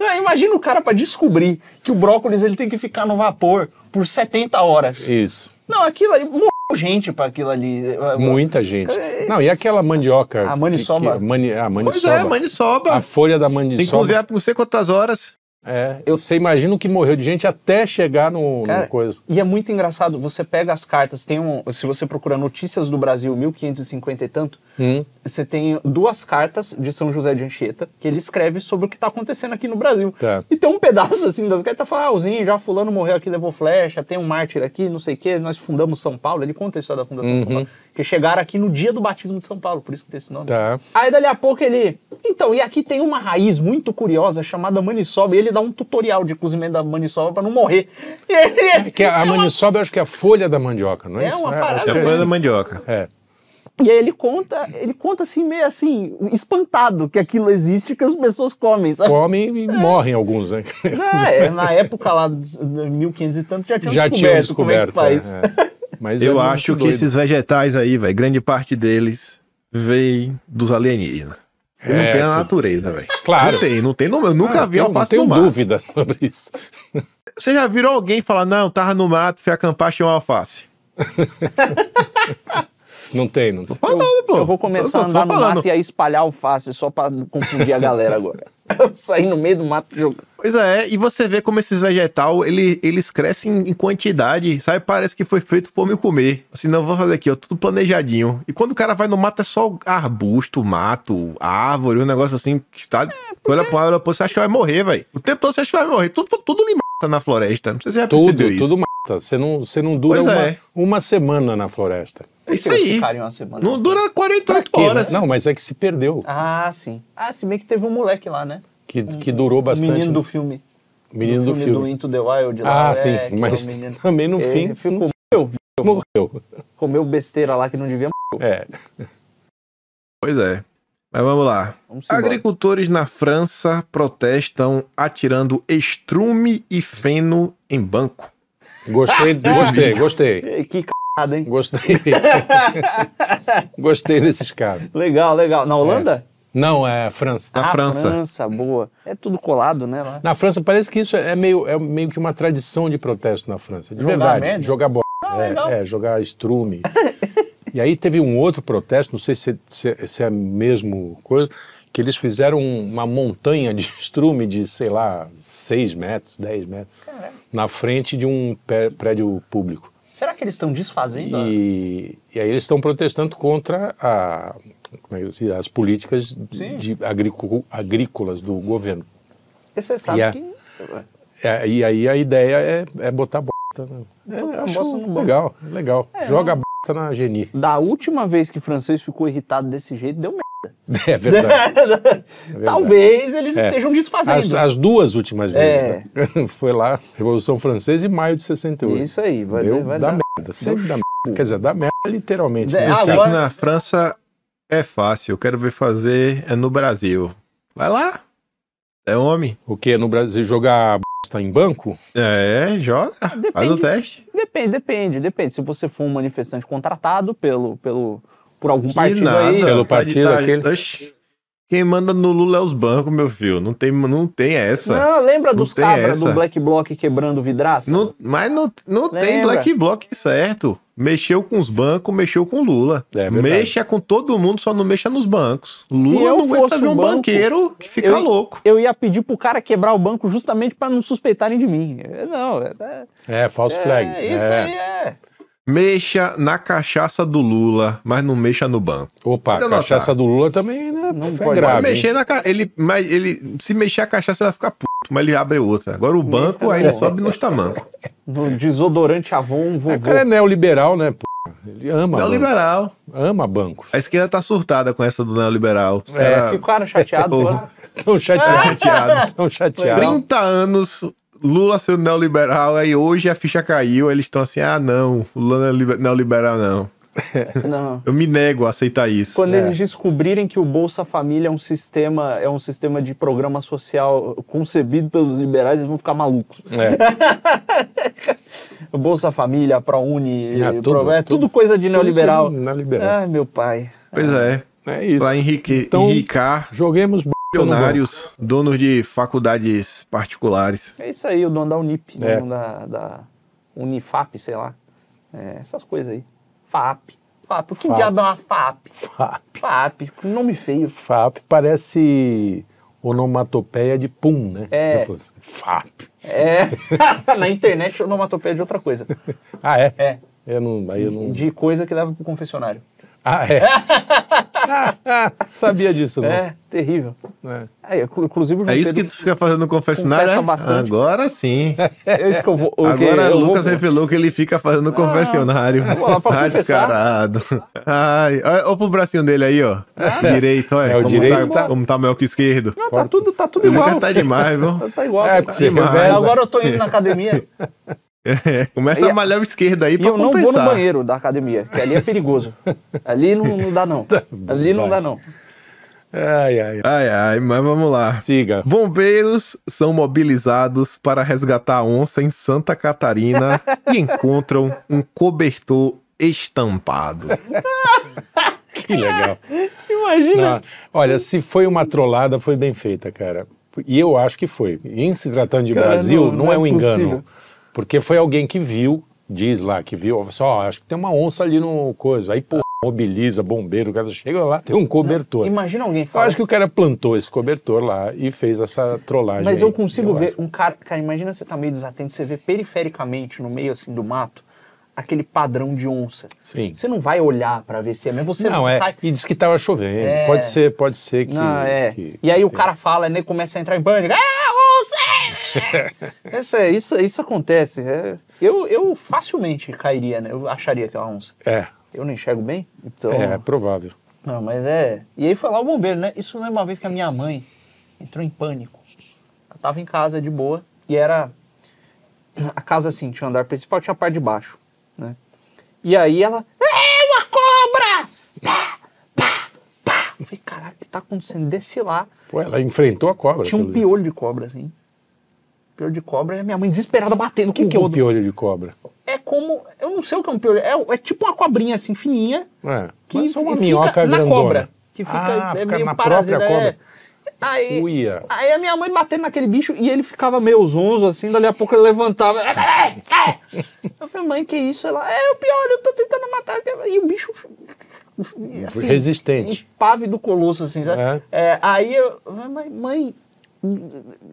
Ah, Imagina o cara pra descobrir que o brócolis ele tem que ficar no vapor por 70 horas.
Isso.
Não, aquilo ali, morreu gente pra aquilo ali.
Muita gente. Não, e aquela mandioca?
É. A maniçoba.
que- que- mani- a
Pois
maniçoba.
é, maniçoba.
A folha da
Tem que
maniçoba.
cozinhar por não sei quantas horas.
É, eu sei, imagino que morreu de gente até chegar no, no
Cara,
coisa.
E é muito engraçado, você pega as cartas, tem um, se você procurar Notícias do Brasil 1550 e tanto,
Hum.
você tem duas cartas de São José de Anchieta, que ele escreve sobre o que tá acontecendo aqui no Brasil.
Tá.
E tem um pedaço assim das cartas, fala, ah, o Zinho, já fulano morreu aqui, levou flecha, tem um mártir aqui, não sei o quê, nós fundamos São Paulo, ele conta a história da
Uhum.
fundação de São Paulo, que chegaram aqui no dia do batismo de São Paulo, por isso que tem esse nome.
Tá.
Aí dali a pouco ele. Então, e aqui tem uma raiz muito curiosa chamada maniçoba, e ele dá um tutorial de cozimento da maniçoba pra não morrer. E ele-
Que a, a maniçoba, eu acho que é a folha da mandioca, não é,
É
isso?
uma
acho
parada
que
É a
assim.
folha
isso.
da mandioca.
É.
E aí ele conta, ele conta assim, meio assim, espantado que aquilo existe e que as pessoas comem, sabe?
Comem É, e morrem
(laughs)
alguns, né?
Na, é, na época lá, dos- de 1500 e tanto, já tinham
Já tinham
descoberto, como é
descoberto.
que faz. (laughs)
é, é. Mas é
Eu
muito
acho que
doido.
esses vegetais aí, velho, grande parte deles vem dos alienígenas. E não
É,
tem a
tu-
natureza, velho.
Claro.
Não tem, não tem. no- eu nunca
Ah,
vi
tenho-
alface
tenho
no mato.
dúvida (laughs) sobre isso.
Você já virou alguém falar, não, tava no mato, fui acampar, achei uma alface.
Não tem, não tem.
Falando, Tá pô.
Eu vou começar
Eu
a
tô-
andar
tô
no
falando.
mato e a espalhar alface só pra confundir a galera agora. (laughs) Eu sair no meio do mato e jogar.
Pois é, e você vê como esses vegetal, ele, eles crescem em quantidade, sabe? Parece que foi feito por me comer. Assim, não, vou fazer aqui, ó, tudo planejadinho. E quando o cara vai no mato, é só arbusto, mato, árvore, um negócio assim, que tá... Olha pra um lado, olha pro outro, você acha que vai morrer, velho. O tempo todo você acha que vai morrer. Tudo, tudo lhe mata na floresta. Não sei se você já percebeu
Tudo,
isso.
tudo mata. Você não, você não dura
Pois
uma,
é.
uma semana na floresta.
É isso aí.
Ficarem uma semana.
Não dura 48
Que, né?
horas.
Não, mas é que se perdeu.
Ah, sim. Ah, se bem que teve um moleque lá, né?
Que, que durou bastante. né?
O menino do filme.
Menino do filme.
do Into the Wild lá.
Ah,
é,
sim,
que é o
mas
menino.
também (laughs) no
Ele
fim
ficou-
morreu.
comeu besteira lá que não devia.
É.
Pois é. Mas vamos lá.
Vamos embora.
Agricultores na França protestam atirando estrume e feno em banco.
(laughs)
Gostei, gostei, gostei.
Ei, Que c***ada, hein?
Gostei. (laughs) gostei desses caras.
Legal, legal. Na Holanda?
Não, é França.
Na
Ah,
França.
França, boa. É tudo colado, né? Lá.
Na França parece que isso é meio, é meio que uma tradição de protesto na França. De
Jogar
verdade.
merda?
Jogar bola.
legal.
é, é, jogar estrume. e aí teve um outro protesto, não sei se, se- se é a mesma coisa, que eles fizeram um, uma montanha de estrume de, sei lá, 6 metros, 10 metros, na frente de um pé- prédio público.
Será que eles estão desfazendo? a-
E, e aí eles estão protestando contra a- como é que se diz? as políticas
Sim.
de, de agricu- agrícolas do governo.
Porque Você sabe
Yeah.
que.
É, e aí a ideia é, é botar bota. Né? É, eu
botar
acho
bosta no
legal, legal.
É.
Joga a bota na Geni. (laughs)
Da última vez que o francês ficou irritado desse jeito, deu merda.
É verdade.
(laughs) Talvez eles
É.
estejam desfazendo.
As, as duas últimas vezes,
É.
né? (laughs) Foi lá, Revolução Francesa e maio de 68.
Isso aí, vai,
Deu,
vai
dá
dar.
merda, sempre dá merda. Quer dizer, dá merda literalmente.
É,
né?
Os
agora-
caras na França é fácil. Eu quero ver fazer é no Brasil. Vai lá. É homem.
O que no Brasil jogar bosta em banco?
É, joga. Faz o
Ah, Depende.
teste.
Depende, depende, depende. Se você for um manifestante contratado pelo, pelo, por algum
Que
partido
nada.
aí.
Pelo
Tá de
partido
tra-
aquele.
Oxi. Quem manda no Lula é os bancos, meu filho. Não tem, não tem essa.
Não, lembra
Não
dos
tem
cabras
essa.
do Black Block quebrando vidraça?
Não- mas não, não tem
Lembra?
black block certo. Mexeu com os bancos, mexeu com Lula.
É verdade.
mexa com todo mundo, só não mexa nos bancos. Lula
eu
não aguenta
fosse
ver
o
um
banco,
banqueiro que fica
eu-
louco.
Eu ia pedir pro cara quebrar o banco justamente pra não suspeitarem de mim. É, Não, é,
É, false
é,
flag.
isso
é.
aí é.
Mexa na cachaça do Lula, mas não mexa no banco.
Opa,
Pode
a
anotar.
cachaça do Lula também né,
Não
é
pode
Pode
grave. hein?
mexer na ca... ele, mas ele Se mexer a cachaça, ele vai ficar puto, mas ele abre outra. Agora o banco, aí ele
outra.
sobe nos tamancos.
Do desodorante Avon,
É, O
vovô.
cara é neoliberal, né? porra? Ele ama banco.
Neoliberal.
Ama bancos.
A esquerda tá surtada com essa do neoliberal. Os
É,
cara- (laughs)
Ficaram chateados.
Porra.
agora.
(laughs) Tão chateado.
É.
chateado.
Tão chateado.
30 anos, Lula sendo neoliberal, aí hoje a ficha caiu, aí eles estão assim, ah não, o Lula não é liber- neoliberal não.
Não.
Eu me nego a aceitar isso.
Quando
É.
eles descobrirem que o Bolsa Família é um sistema, é um sistema de programa social concebido pelos liberais, eles vão ficar malucos.
É.
O Bolsa Família, ProUni,
É,
é,
tudo,
tudo, é tudo,
tudo.
coisa de neoliberal.
Tudo Neoliberal.
Ai, meu pai.
Pois é,
É isso.
pra enrique,
Então-
enricar
Joguemos b- no banco.
bilionários, donos de faculdades particulares.
É isso aí, o dono da Unip,
É.
o dono da, da Unifap, sei lá. É, essas coisas aí. FAP. FAP. O que
FAP.
diabo é uma FAP?
FAP.
FAP. Que nome feio.
FAP parece onomatopeia de pum, né?
É.
Eu falo assim, FAP.
É. (laughs) Na internet, onomatopeia de outra coisa.
Ah, é?
É.
Eu não, aí eu não...
De coisa que leva pro confessionário.
Ah, (laughs) é. Sabia disso, não.
É, terrível.
É.
É, eu, inclusive, o
É
João
isso que
Pedro-
tu fica fazendo no confessionário?
Confessa
é?
bastante.
Agora sim.
(laughs) É isso que eu vou. o que
Agora
eu
Lucas
vou-
revelou que ele fica fazendo confessionário. (laughs)
vou lá pra
Ah,
confessar.
descarado. Ai, olha, olha pro bracinho dele aí, ó. Direito, olha.
É, o
como
direito
tá,
tá-
Como tá maior que
(laughs)
esquerdo. (laughs)
Ah, tá tudo, tá tudo
Ele
igual.
já tá demais, viu?
(laughs) Tá igual.
É,
tá
porque
igual.
você
Demais.
revela.
Agora eu tô indo na
(laughs)
academia
É, começa
E-
a malhar o esquerdo aí
e
pra
Então
eu não vou no
compensar.
banheiro da academia, que ali é perigoso. Ali não, não dá,
(laughs)
não.
Tá
Ali não dá, não.
É. Ai, ai.
Ai, ai, mas vamos lá.
Siga.
Bombeiros são mobilizados para resgatar a onça em Santa
(laughs)
Catarina e encontram um cobertor estampado.
Que legal.
Imagina.
Não, olha, se foi uma trollada, foi bem feita, cara. E eu acho que foi. E em se tratando de
Cara,
Brasil,
não-
não,
não é
é um
possível.
engano. Porque foi alguém que viu, diz lá, que viu, ó, só, ó, acho que tem uma onça ali no coisa. Aí, pô, mobiliza, bombeiro, o cara chega lá, tem um cobertor.
Imagina alguém
Eu
falar.
acho que o cara plantou esse cobertor lá e fez essa trollagem.
Mas
aí,
eu consigo ver
acho.
um cara. Cara, imagina você tá meio desatento, você vê perifericamente, no meio assim do mato, aquele padrão de onça.
Sim.
Você não vai olhar pra ver se é mesmo. Você
Não, é.
sai.
E diz que tava chovendo.
É.
Pode ser, pode ser que.
Não, é.
que-
e aí
que
o
tenha
cara fala, né? Começa a entrar em pânico. Ah,
(laughs)
onça! isso, é- isso, isso acontece. é. Eu, eu facilmente cairia, né? Eu acharia que é uma onça.
É,
Eu não enxergo bem, então.
é, é provável.
Não, mas é. E aí foi lá o bombeiro, né? Isso lembra uma vez que a minha mãe entrou em pânico. Ela tava em casa de boa e era. A casa assim, tinha um andar principal, tinha a parte de baixo, né? E aí ela. É uma cobra! Pá, pá, pá! Eu falei, caralho, o que tá acontecendo? Desci lá,
Pô, ela enfrentou a cobra.
tinha um
pelo jeito.
piolho de cobra, assim. Piolho de cobra, e a minha mãe desesperada batendo. O que,
O
que é
é um
o
piolho de cobra?
É como. Eu não sei o que é um piolho. É, é tipo uma cobrinha assim, fininha,
É,
que
mas é uma
fica
minhoca
na
grandona.
cobra. Que fica,
ah,
é
fica
meio
na
parasita,
própria cobra.
é. Aí,
Uia.
aí a minha mãe batendo naquele bicho e ele ficava meio zonzo assim, dali a pouco ele levantava. "É, Eu falei, mãe, que isso? Ela, é o pior, eu tô tentando matar. E o bicho. assim,
Resistente.
Impávido colosso, assim, sabe?
É.
É, aí eu. Mãe, mãe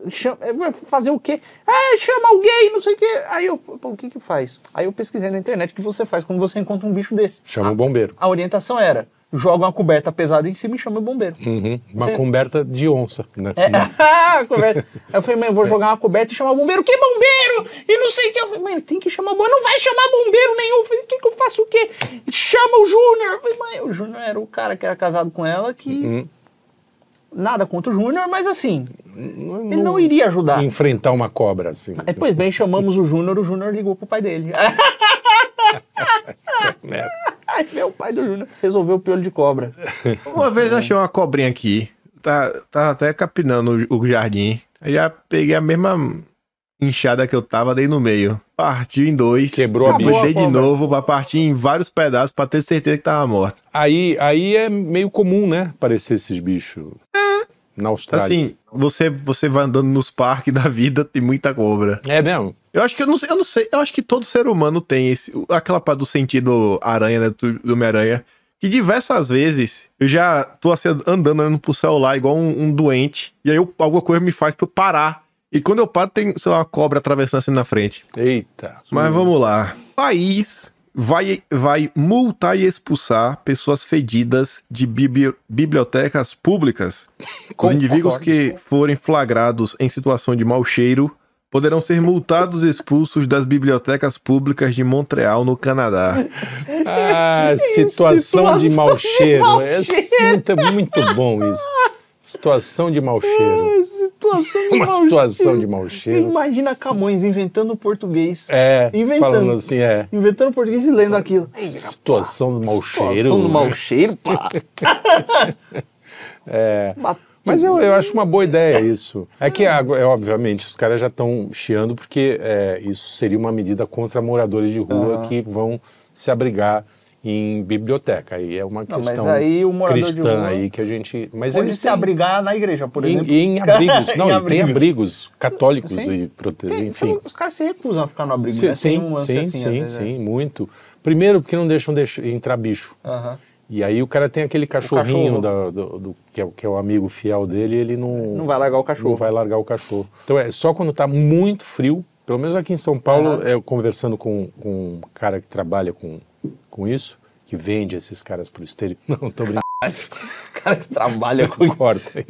chama, é, vai fazer o quê? Ah, chama alguém, não sei o quê. Aí eu, pô, o que que faz? Aí eu pesquisei na internet o que você faz quando você encontra um bicho desse.
Chama o bombeiro.
A orientação era: joga uma coberta pesada em cima e chama o bombeiro.
Uhum, Uma coberta de onça. Né?
É, (laughs) a coberta. Aí eu falei, mãe, eu vou jogar uma coberta e chamar o bombeiro. Que bombeiro? E não sei o que. Eu falei, mãe, tem que chamar o bombeiro. Não vai chamar bombeiro nenhum. Eu falei, o que, que eu faço o quê? Chama o Júnior. Eu falei, mãe, o Júnior era o cara que era casado com ela que. Nada contra o Júnior, mas assim, ele não iria ajudar.
(laughs) Enfrentar uma cobra, assim.
Aí, pois bem, chamamos o Júnior, o Júnior ligou pro pai dele. (laughs)
Né?
Ai, meu pai do Júnior resolveu o piolho de (laughs) cobra.
Uma vez
Uhum.
eu achei uma cobrinha aqui. Tá, tava até capinando o o jardim. Aí já peguei a mesma inchada que eu tava, dei no meio. Partiu em dois.
Quebrou a
Eu
bicha.
Puxei de
Acabou a cobra.
novo pra partir em vários pedaços pra ter certeza que tava morta.
Aí, aí é meio comum, né? Aparecer esses bichos na Austrália.
Assim, você, você vai andando nos parques da vida, tem muita cobra.
É mesmo?
Eu acho que eu não, sei- eu não sei, eu acho que todo ser humano tem esse, o- aquela parte do sentido aranha, né, do, do Homem-Aranha, que diversas vezes eu já tô assim, andando, andando pro celular igual um, um doente, e aí eu- alguma coisa me faz pra eu parar. E quando
Hum.
eu paro, tem, sei lá, uma cobra atravessando assim na frente.
Eita.
Mas vamos lá. País vai, vai multar e expulsar pessoas fedidas de bibli- bibliotecas públicas. Os
Concordo.
indivíduos que forem flagrados em situação de mau cheiro poderão ser multados e expulsos das bibliotecas públicas de Montreal, no Canadá.
(laughs) Ah, situação de mau cheiro. É muito, muito bom isso. Situação de mau cheiro.
Situação de
Uma
mau
situação
cheiro.
de mau cheiro.
Imagina Camões inventando português.
É,
Inventando.
falando assim, é.
Inventando português e lendo aquilo.
Situação do mau cheiro.
Situação do mau cheiro, pá.
É.
(laughs) Mas-
Mas eu, eu acho uma
Uhum.
boa ideia isso. É que, ah, é, obviamente, os caras já estão chiando porque é, isso seria uma medida contra moradores de rua que vão se abrigar em biblioteca. Aí é uma
Não, mas
questão
aí o morador de
cristã
rua
aí que a gente... Mas
Pode
eles
se
têm-
abrigar é na igreja, por
em-
exemplo.
E
(laughs)
em abrigos. Não,
Em
e tem
abrigos.
abrigos católicos
Sim.
e protestantes,
Tem-
enfim.
Os caras se recusam a ficar no abrigo,
Sim,
né? Tem um
sim,
lance
sim,
assim, às
sim,
vezes, né?
sim, muito. Primeiro porque não deixam deix- entrar bicho.
Aham.
E aí o cara tem aquele
cachorro.
cachorrinho da- do, do- que, é, o- que é o amigo fiel dele, ele não,
Não vai largar o
não
cachorro.
vai largar o cachorro. Então é só quando está muito frio, pelo menos aqui em São Paulo, eu conversando com, com um cara que trabalha com, com isso, que vende esses caras pro exterior. (laughs) Não, tô brincando.
(laughs) O cara que trabalha com...
Corta.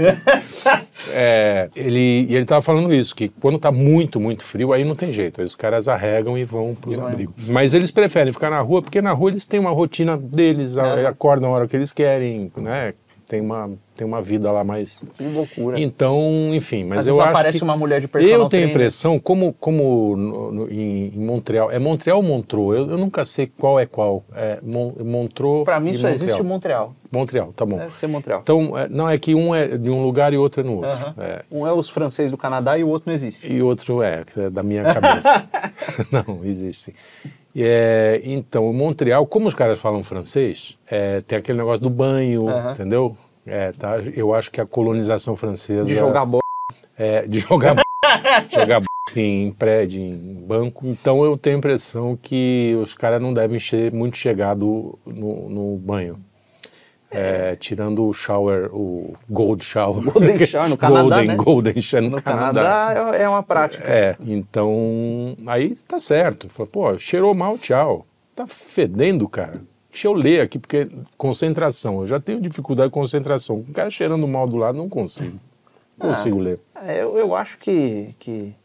É, ele, e ele tava falando isso, que quando tá muito, muito frio, aí não tem jeito. Aí os caras arregam e vão pros
E vai.
abrigos. Mas eles preferem ficar na rua, porque na rua eles têm uma rotina deles, a-
É.
acordam a hora que eles querem, né? Tem uma, tem uma vida lá mais...
Que loucura.
Então, enfim, mas
Às
eu
vezes
acho
aparece
que...
uma mulher de personal
Eu tenho a
trainer.
impressão, como, como no- no- em, em Montreal, é Montreal ou Montreux? Eu, eu nunca sei qual é qual. É Mon, Montreux
Pra mim
e
só existe em
Montreal.
Montreal.
Montreal, tá bom.
Deve ser Montreal.
Então, é, não é que um é de um lugar e outro é no outro.
Aham.
É,
Um é os franceses do Canadá e o outro não existe.
e outro é, que é da
(laughs)
minha cabeça. (laughs) não, existe. E é, então, em Montreal, como os caras falam francês, é, tem aquele negócio do banho,
Aham.
entendeu? É, tá, eu acho que a colonização francesa.
De jogar bola.
É, de jogar. b- jogar b- (laughs) em prédio, em banco. Então eu tenho a impressão que os caras não devem ser muito chegado no, no banho. É, tirando o shower, o gold shower.
Golden shower
(laughs)
no Canadá,
Golden,
né?
golden shower no,
No
Canadá.
Canadá é é uma prática.
É, então aí tá certo. Fala, pô, cheirou mal, tchau. Tá fedendo, cara. Deixa eu ler aqui, porque concentração. Eu já tenho dificuldade com concentração. Com o cara cheirando mal do lado, não consigo. Não consigo ler.
É, Eu, eu acho que, que,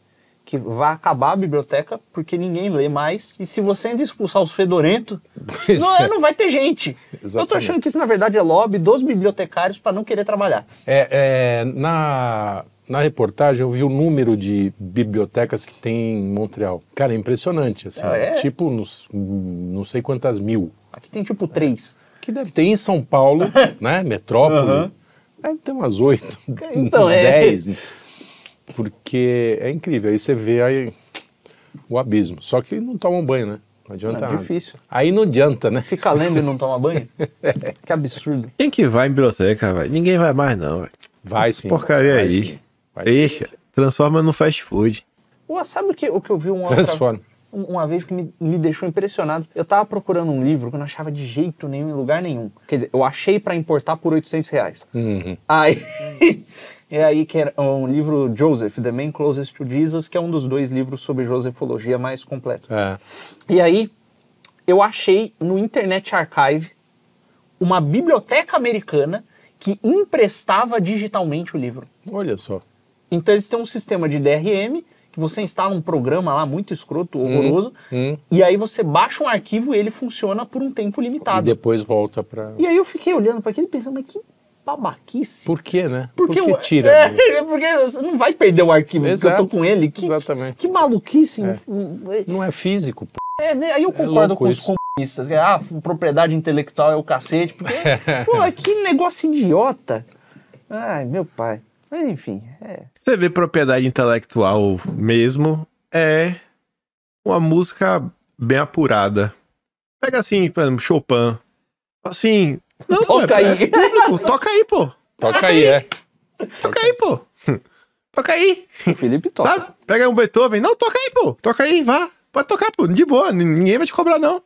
que vai acabar a biblioteca porque ninguém lê mais. E se você ainda expulsar os fedorentos,
(laughs) Pois
não,
é.
não vai ter gente. Eu tô
Exatamente.
achando que isso, na verdade, é lobby dos bibliotecários para não querer trabalhar.
É, é, na, na reportagem eu vi o número de bibliotecas que tem em Montreal. Cara, é impressionante, assim.
Ah, é?
Tipo, nos, hum, não sei quantas mil.
Aqui tem tipo três.
Que deve ter em São
(laughs)
Paulo, né? Metrópole. Deve ter umas oito,
Então, é.
dez. né? Porque é incrível. Aí você vê aí o abismo. Só que não tomam banho, né? Não adianta
Não, é
nada.
difícil.
Aí não adianta, né?
Fica lendo e não toma
(laughs)
banho? que absurdo.
Quem que vai em biblioteca, velho? Ninguém vai mais, não, velho.
Vai
Essa
sim.
porcaria
vai
aí.
Sim. Vai sim.
Deixa, transforma no fast food.
Ué, sabe o que, o que eu vi uma, outra-
(laughs) Transforma.
um- uma vez que me, me deixou impressionado? Eu tava procurando um livro que eu não achava de jeito nenhum em lugar nenhum. Quer dizer, eu achei para importar por 800 reais.
Uhum.
Aí, (laughs) é aí que era um livro Joseph, The Man Closest to Jesus, que é um dos dois livros sobre Josefologia mais completo.
É.
E aí, eu achei no Internet Archive uma biblioteca americana que emprestava digitalmente o livro.
Olha só.
Então eles têm um sistema de DRM que você instala um programa lá muito escroto, horroroso,
hum.
e aí você baixa um arquivo e ele funciona por um tempo
E
limitado.
depois volta pra.
E aí eu fiquei olhando para aquilo e pensando, mas que babaquice.
Por quê, né?
Porque
Por
o-
que
(laughs)
tira?
É,
né?
porque você não vai perder o arquivo que eu
Exato,
tô com ele. Que,
exatamente.
Que maluquice. um,
É. Não é físico, pô.
É, né? Aí eu concordo
louco
com os
isso.
comunistas. que, Ah, propriedade intelectual é o cacete.
(laughs)
Porque, pô, que negócio idiota. Ai, meu pai. Mas enfim,
(laughs)
é.
Você vê propriedade intelectual mesmo, é uma música bem apurada. Pega assim, por exemplo, Chopin. Assim, não,
Toca
é- é
aí.
público, toca aí, pô.
Ah, tá
Toca aí, é.
Toca aí, pô. Toca aí,
O Felipe toca.
tá? Pega um Beethoven. Não, toca aí, pô. Toca aí, vá. Pode tocar, pô. De boa, ninguém vai te cobrar, não.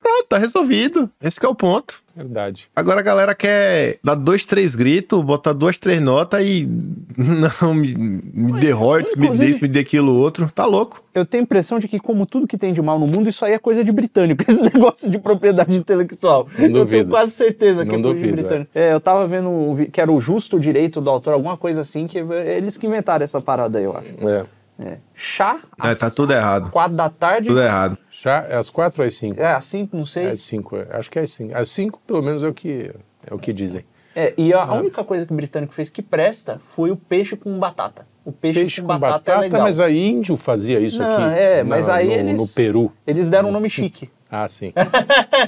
Pronto, tá resolvido. Esse que é o ponto.
Verdade.
Agora a galera quer dar dois, três gritos, botar duas, três notas e. (laughs) Não, me, me dê royalties, me dê
inclusive-
isso, me dê aquilo outro. Tá louco.
Eu tenho a impressão de que, como tudo que tem de mal no mundo, isso aí é coisa de britânico, (laughs) esse negócio de propriedade intelectual.
Não
eu tenho
duvido.
quase certeza que
Não
é coisa de
duvido,
britânico. É, eu tava vendo um vi- que era o justo direito do autor, alguma coisa assim, que é eles que inventaram essa parada aí, eu acho.
É.
É. Chá,
É,
às
tá tudo errado.
quatro da tarde,
Tudo errado.
Já é às quatro ou às cinco?
é, às cinco, não sei.
Às cinco, é. acho que é às cinco. Às cinco, pelo menos, é o que, é o que dizem.
É, e a única coisa que o britânico fez que presta foi o peixe com batata. O peixe,
Peixe
com,
com
batata,
batata,
é legal.
mas a índio fazia isso
Não,
aqui.
é,
na-
mas aí
no,
eles-
no Peru.
Eles deram um nome
(laughs)
chique. (laughs)
Ah, sim.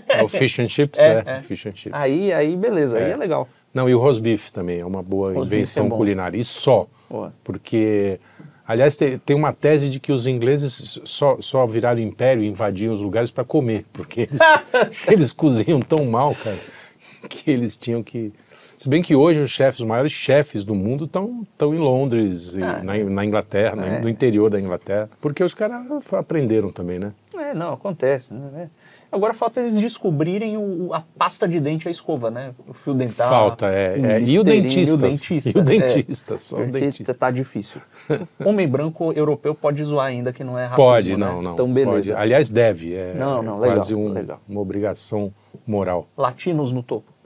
É o fish and chips,
É,
é.
é.
Fish and chips.
Aí, aí beleza, aí
É.
é legal.
Não, e o rosbife também é uma boa
Roast beef
invenção
é bom.
culinária. E só.
Boa.
Porque, aliás, te- tem, uma tese de que os ingleses só, só viraram império e invadiam os lugares para comer.
(laughs)
Porque eles, eles cozinham tão mal, cara, que eles tinham que. Se bem que hoje os chefes, os maiores chefes do mundo estão em Londres, e
Ah,
na, na Inglaterra, na-
É.
no interior da Inglaterra. Porque os caras aprenderam também, né?
É, não, acontece. Né? Agora falta eles descobrirem o- o- a pasta de dente e a escova, né? O fio dental.
Falta, é. é. E o
Listerine,
dentista.
E o dentista.
E o
é.
dentista, só o
Porque
dentista.
tá difícil. Homem branco europeu pode zoar ainda que não é racismo,
Pode,
né?
não, não.
Então beleza.
Pode. Aliás, deve. É
Não, não,
é
legal,
quase um-
legal.
uma obrigação moral.
Latinos no topo.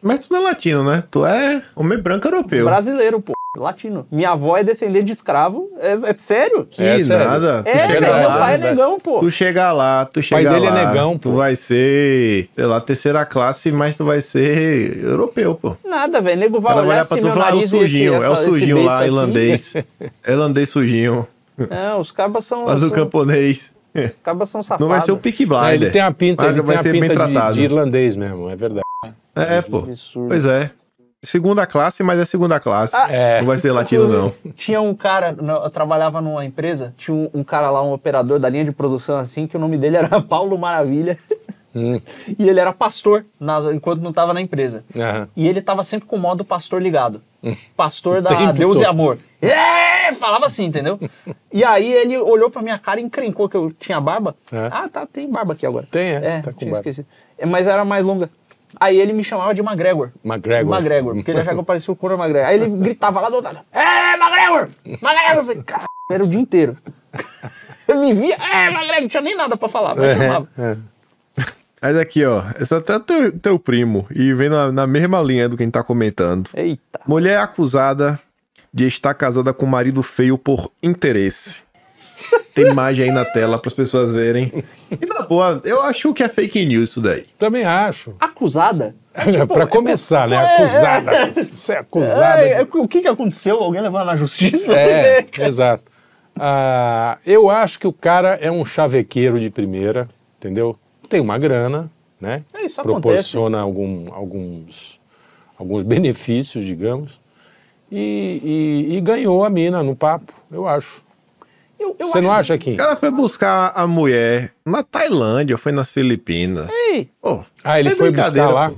Mas tu não é latino, né? Tu é homem branco europeu.
Brasileiro, pô. Latino. Minha avó é descendente de escravo. É, é sério?
Que
É, sério.
nada.
É,
tu
velho,
chega
cara,
meu
lá.
pai é
velho.
negão, pô.
Tu chega lá, tu chega lá.
pai dele é negão,
Tu
pô.
vai ser, sei lá, terceira classe, mas tu vai ser europeu, pô.
Nada, velho. Nego
O
vai
cara vai
olhar
olhar
assim,
pra tu e
meu
falar, é o
nariz e esse-
sujinho, é
essa-
o
esse
sujinho
beiço
lá,
aqui.
irlandês.
(laughs)
É irlandês sujinho.
Não, os cabas são,
Mas
são,
o camponês
os cabas são safados.
não vai ser o Peaky Blinder.
Ah, ele tem a pinta,
Mas
ele tem
vai
a
ser bem
pinta de,
tratado.
de irlandês mesmo, é verdade.
É, pô.
Absurdo.
Pois é. Segunda classe, mas é segunda classe.
É.
Não vai ser latino, não.
Tinha um cara, na- eu trabalhava numa empresa, tinha um, um cara lá, um operador da linha de produção assim, que o nome dele era (laughs) Paulo Maravilha.
Hum,
E ele era pastor nas- enquanto não estava na empresa.
aham. Hum.
E ele tava sempre com o modo pastor ligado. Pastor
O
da
tempo
Deus e
todo.
Amor. É! Falava assim, entendeu? E aí ele olhou pra minha cara e encrencou que eu tinha barba.
É.
Ah, tá, tem barba aqui agora.
Tem, é,
é,
você tá com
tinha
barba.
esquecido. É, mas era mais longa. Aí ele me chamava de McGregor.
McGregor.
McGregor, porque ele achava que eu parecia o Conor McGregor.
(laughs)
Aí ele gritava lá do outro lado. É, McGregor! McGregor! Eu falei, "Caralho", Era o dia
(laughs)
inteiro. Eu me via, é, McGregor, não tinha nem nada pra falar, mas chamava.
É, é.
Mas aqui, ó. Esse é até teu, teu primo. E vem na, na mesma linha do que a gente tá comentando.
Eita.
Mulher é acusada de estar casada com um marido feio por interesse. Tem imagem aí na tela para as pessoas verem. E na boa, eu acho que é fake news isso daí.
Também acho. (laughs) É,
Acusada?
pra começar, né?
é,
Acusada. Você é acusada.
É, é,
de-
o que que aconteceu? Alguém levou ela na justiça?
É, exato. Ah, eu acho que o cara é um chavequeiro de primeira, entendeu? Tem uma grana, né?
É, isso
Proporciona algum- alguns, alguns benefícios, digamos. E, e- e ganhou a mina no papo, eu acho.
(laughs) Eu, eu
Você não
acho-
acha,
O
Kim?
cara foi buscar a mulher na Tailândia, ou foi nas Filipinas.
Ei,
Pô,
Ah, ele
é
foi buscar
brincadeira,
lá.
pô.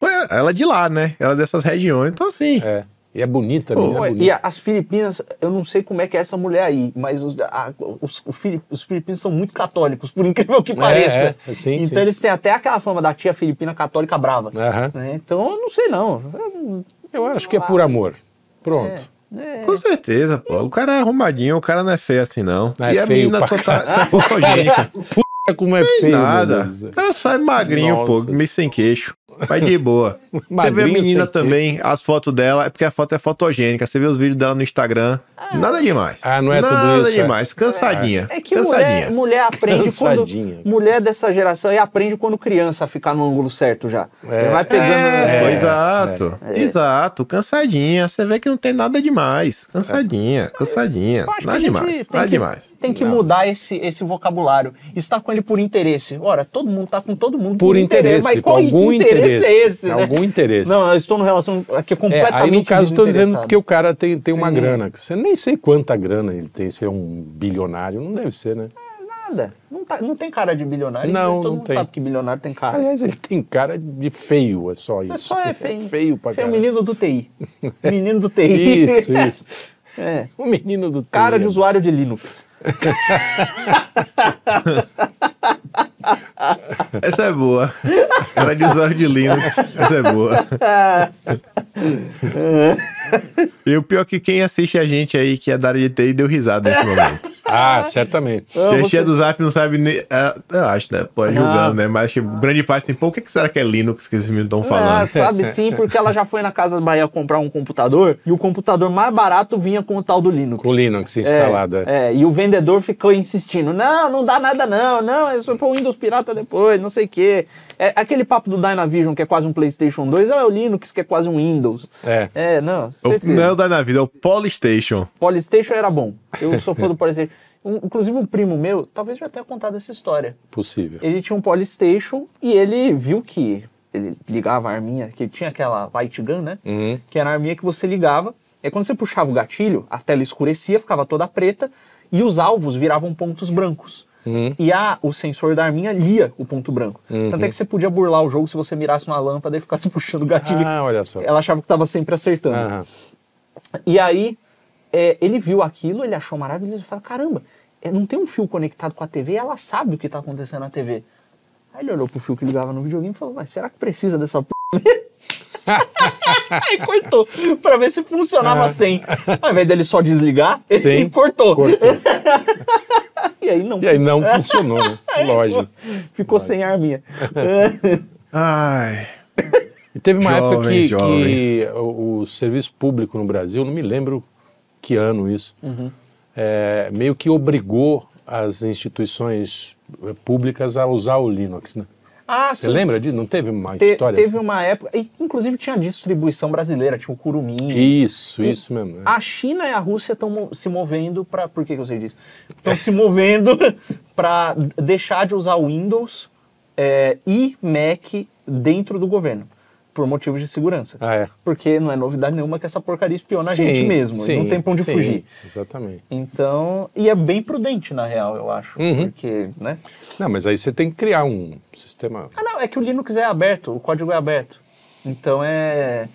Foi ela é de lá, né? Ela é dessas regiões. Então, assim,
É. E é bonita, a
Pô,
menina é
ué,
bonita.
e a- as Filipinas, eu não sei como é que é essa mulher aí, mas os, a- os- o Fili- os filipinos são muito católicos, (laughs) por incrível que pareça.
é, sim,
então
sim. É.
eles têm até aquela fama da tia filipina católica brava.
Aham.
né? Então eu não sei não.
Eu acho que é por amor. Pronto.
É,
com certeza, pô. O cara é arrumadinho, o cara não é feio assim, não.
Ah, é
e a
feio
menina
pra (laughs)
total Ah, fotogênica.
É como é feio, meu
Nada.
Deus.
O cara sai magrinho,
Nossa.
pô, meio sem queixo. Vai de
(laughs)
boa. Você vê a
Magrinho,
menina
sem
também, as fotos dela, é porque a foto é fotogênica. Você vê os vídeos dela no Instagram. Nada demais.
Ah, não é
Nada
tudo isso, é.
demais. Cansadinha.
é que mulher,
cansadinha.
mulher aprende quando.
Cansadinha.
Mulher dessa geração aí aprende quando criança a ficar no ângulo certo já.
É.
Já Vai pegando.
É,
É,
pô, exato. Exato, cansadinha. Você vê que não tem nada demais. Cansadinha, cansadinha.
Eu Então, acho que
é
Nada
a gente
demais.
tem
Nada
que-
demais.
Tem que mudar esse, esse vocabulário. Está com ele por interesse. Ora, todo mundo está com todo mundo
Por interesse,
Mas
com
qual que
algum interesse.
é esse? né?
Algum interesse.
Não, eu estou numa relação aqui
É,
completamente.
aí no caso estou dizendo
desinteressado.
porque o cara tem, tem uma
Sim.
grana. que Você nem sei quanta grana ele tem, se é um bilionário, não deve ser, né?
Nada. Não, tá- não tem cara de bilionário.
Não,
Todo
não
mundo
tem.
sabe que bilionário tem cara.
Aliás, ele tem cara de feio, é só isso.
Ah. É só é feio.
feio pra
Feio é o
caralho.
menino do TI. Menino do TI.
Isso, isso.
(laughs) É.
O menino do
Cara de
terreno.
usuário de Linux.
Essa é boa. Era de usuário de Linux. Essa é boa. E o pior é que quem assiste a gente aí, que é da área de TI, deu risada nesse momento.
(laughs)
Ah, certamente.
Quem
você-
é do Zap não sabe nem. ah, eu acho, né? Pode
Não.
julgando, né? Mas acho que grande parte assim, pô, o que, que será que é Linux que esses meninos estão falando? É
Ah, sabe sim, porque ela já foi na Casa Bahia comprar um computador e o computador mais barato vinha com o tal do Linux.
Com o Linux
É,
instalado. é.
é, e o vendedor ficou insistindo: não, não dá nada, não, não, é só pôr o Windows Pirata depois, não sei o quê. É, aquele papo do Dynavision, que é quase um PlayStation 2, é o Linux, que é quase um Windows.
É.
É, não,
O-
certeza.
não é o Dynavision, é o Polystation.
Polystation era bom. Eu sou
(laughs)
fã do Polystation. Um- inclusive, um primo meu, talvez já tenha contado essa história. (laughs)
Possível.
Ele tinha um Polystation e ele viu que ele ligava a arminha, que tinha aquela light gun, né?
Uhum.
Que era a arminha que você ligava. E aí, quando você puxava o gatilho, a tela escurecia, ficava toda preta e os alvos viravam pontos brancos.
Uhum.
E a, o sensor da arminha lia o ponto branco. Tanto é que você podia burlar o jogo se você mirasse uma lâmpada e ficasse (laughs) puxando o gatilho.
Ah, olha só. Ah.
Ela achava que estava sempre acertando.
Aham.
E aí, é, ele viu aquilo, ele achou maravilhoso, ele falou, caramba, é, não tem um fio conectado com a TV, ela sabe o que tá acontecendo na TV. Aí ele olhou pro fio que ligava no videogame e falou, mas será que precisa dessa p... (laughs) Aí cortou, pra ver se funcionava sem. Ao invés dele só desligar, (laughs) ele
Ah. Sim.
cortou.
Cortou.
(laughs) E aí não,
E aí não funcionou,
(laughs)
né? Lógico.
ficou sem
(laughs)
arminha.
Ai.
E teve uma
Jovens,
época que,
jovens.
que o, o serviço público no Brasil, não me lembro que ano isso,
Uhum.
é, meio que obrigou as instituições eh, públicas a usar o Linux, né?
ah,
Você lembra disso? Não teve uma
Te-
história
teve
assim?
uma época, e inclusive tinha distribuição brasileira, tinha o Curumim.
Isso, isso mesmo. né?
A China e a Rússia estão se movendo para. Por que, que eu sei disso? Estão se movendo (laughs) para deixar de usar Windows é, e Mac dentro do governo, por motivos de segurança.
Ah, é.
Porque não é novidade nenhuma que essa porcaria espiona
Sim,
a gente mesmo,
sim,
não tem pra onde
sim,
fugir.
Exatamente.
Então, e é bem prudente, na real, eu acho.
Uhum.
Porque, né?
Não, mas aí você tem que criar um sistema.
Ah, não, é que o Linux é aberto, o código é aberto. Então é.